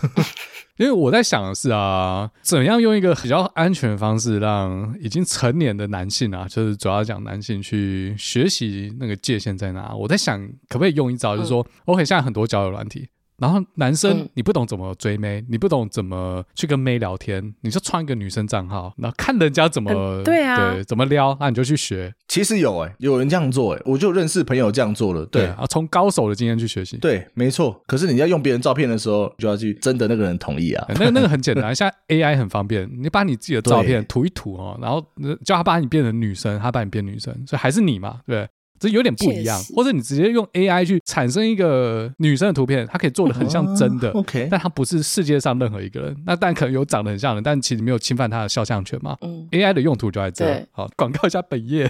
因为我在想的是啊，怎样用一个比较安全的方式，让已经成年的男性啊，就是主要讲男性去学习那个界限在哪。我在想，可不可以用一招，就是说、o k 现在很多交友软体，然后男生嗯你不懂怎么追妹，你不懂怎么去跟妹聊天，你就创一个女生账号，然后看人家怎么、嗯对啊对，怎么撩，那你就去学，其实有哎、有人这样做哎、我就认识朋友这样做了。对啊，从高手的经验去学习。对，没错。可是你要用别人照片的时候，就要去征得那个人同意 啊呃。那个那个很简单，现在 AI 很方便，你把你自己的照对片涂一涂哦，然后呃叫他把你变成女生，他把你变女生，所以还是你嘛，对不对？这有点不一样确，实或者你直接用 AI 去产生一个女生的图片，它可以做的很像真的哦啊，OK，但它不是世界上任何一个人。那但可能有长得很像的，但其实没有侵犯他的肖像权嘛。嗯， AI 的用途就在这对。好，广告一下本业，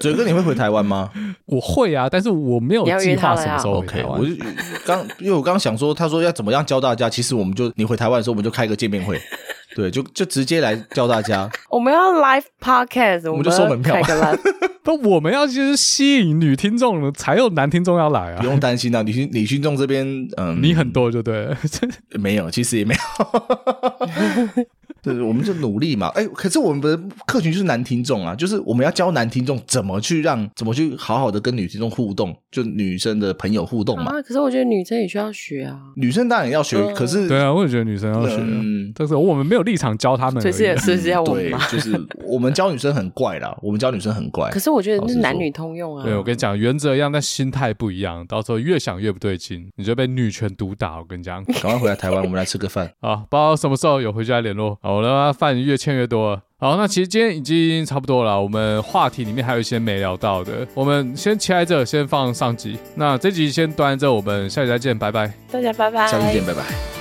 嘴哥，你会回台湾吗我会啊，但是我没有你要约计划他来什么啊时候回？OK，台湾。我就刚，因为我刚想说，他说要怎么样教大家，其实我们就你回台湾的时候，我们就开个见面会，对，就就直接来教大家。我们要 live podcast，我们就收门票要开个 live，但我们要就是吸引女听众了，才有男听众要来不啊。用担心啊，李勋李勋仲这边，嗯，你很多就对了。没有，其实也没有。 对，我们就努力嘛。哎、可是我们的客群就是男听众啊，就是我们要教男听众怎么去让，怎么去好好的跟女听众互动，就女生的朋友互动嘛。啊，可是我觉得女生也需要学啊，女生当然也要学，嗯可是对啊，我也觉得女生要学啊，嗯但是我们没有立场教他们而所已。以是也是要我们对嘛。，就是我们教女生很怪啦，我们教女生很怪可。是我觉得老那实是男说女通用啊。对，我跟你讲，原则一样，但心态不一样，到时候越想越不对劲，你就被女权毒打。我跟你讲赶快回来台湾，我们来吃个饭。啊，不知道什么时候有回去再联络。好了，饭越欠越多了。好，那其实今天已经差不多了，我们话题里面还有一些没聊到的，我们先切在这，先放上集。那这集先端在这，我们下集再见，拜拜。大家拜拜，下次见，拜拜。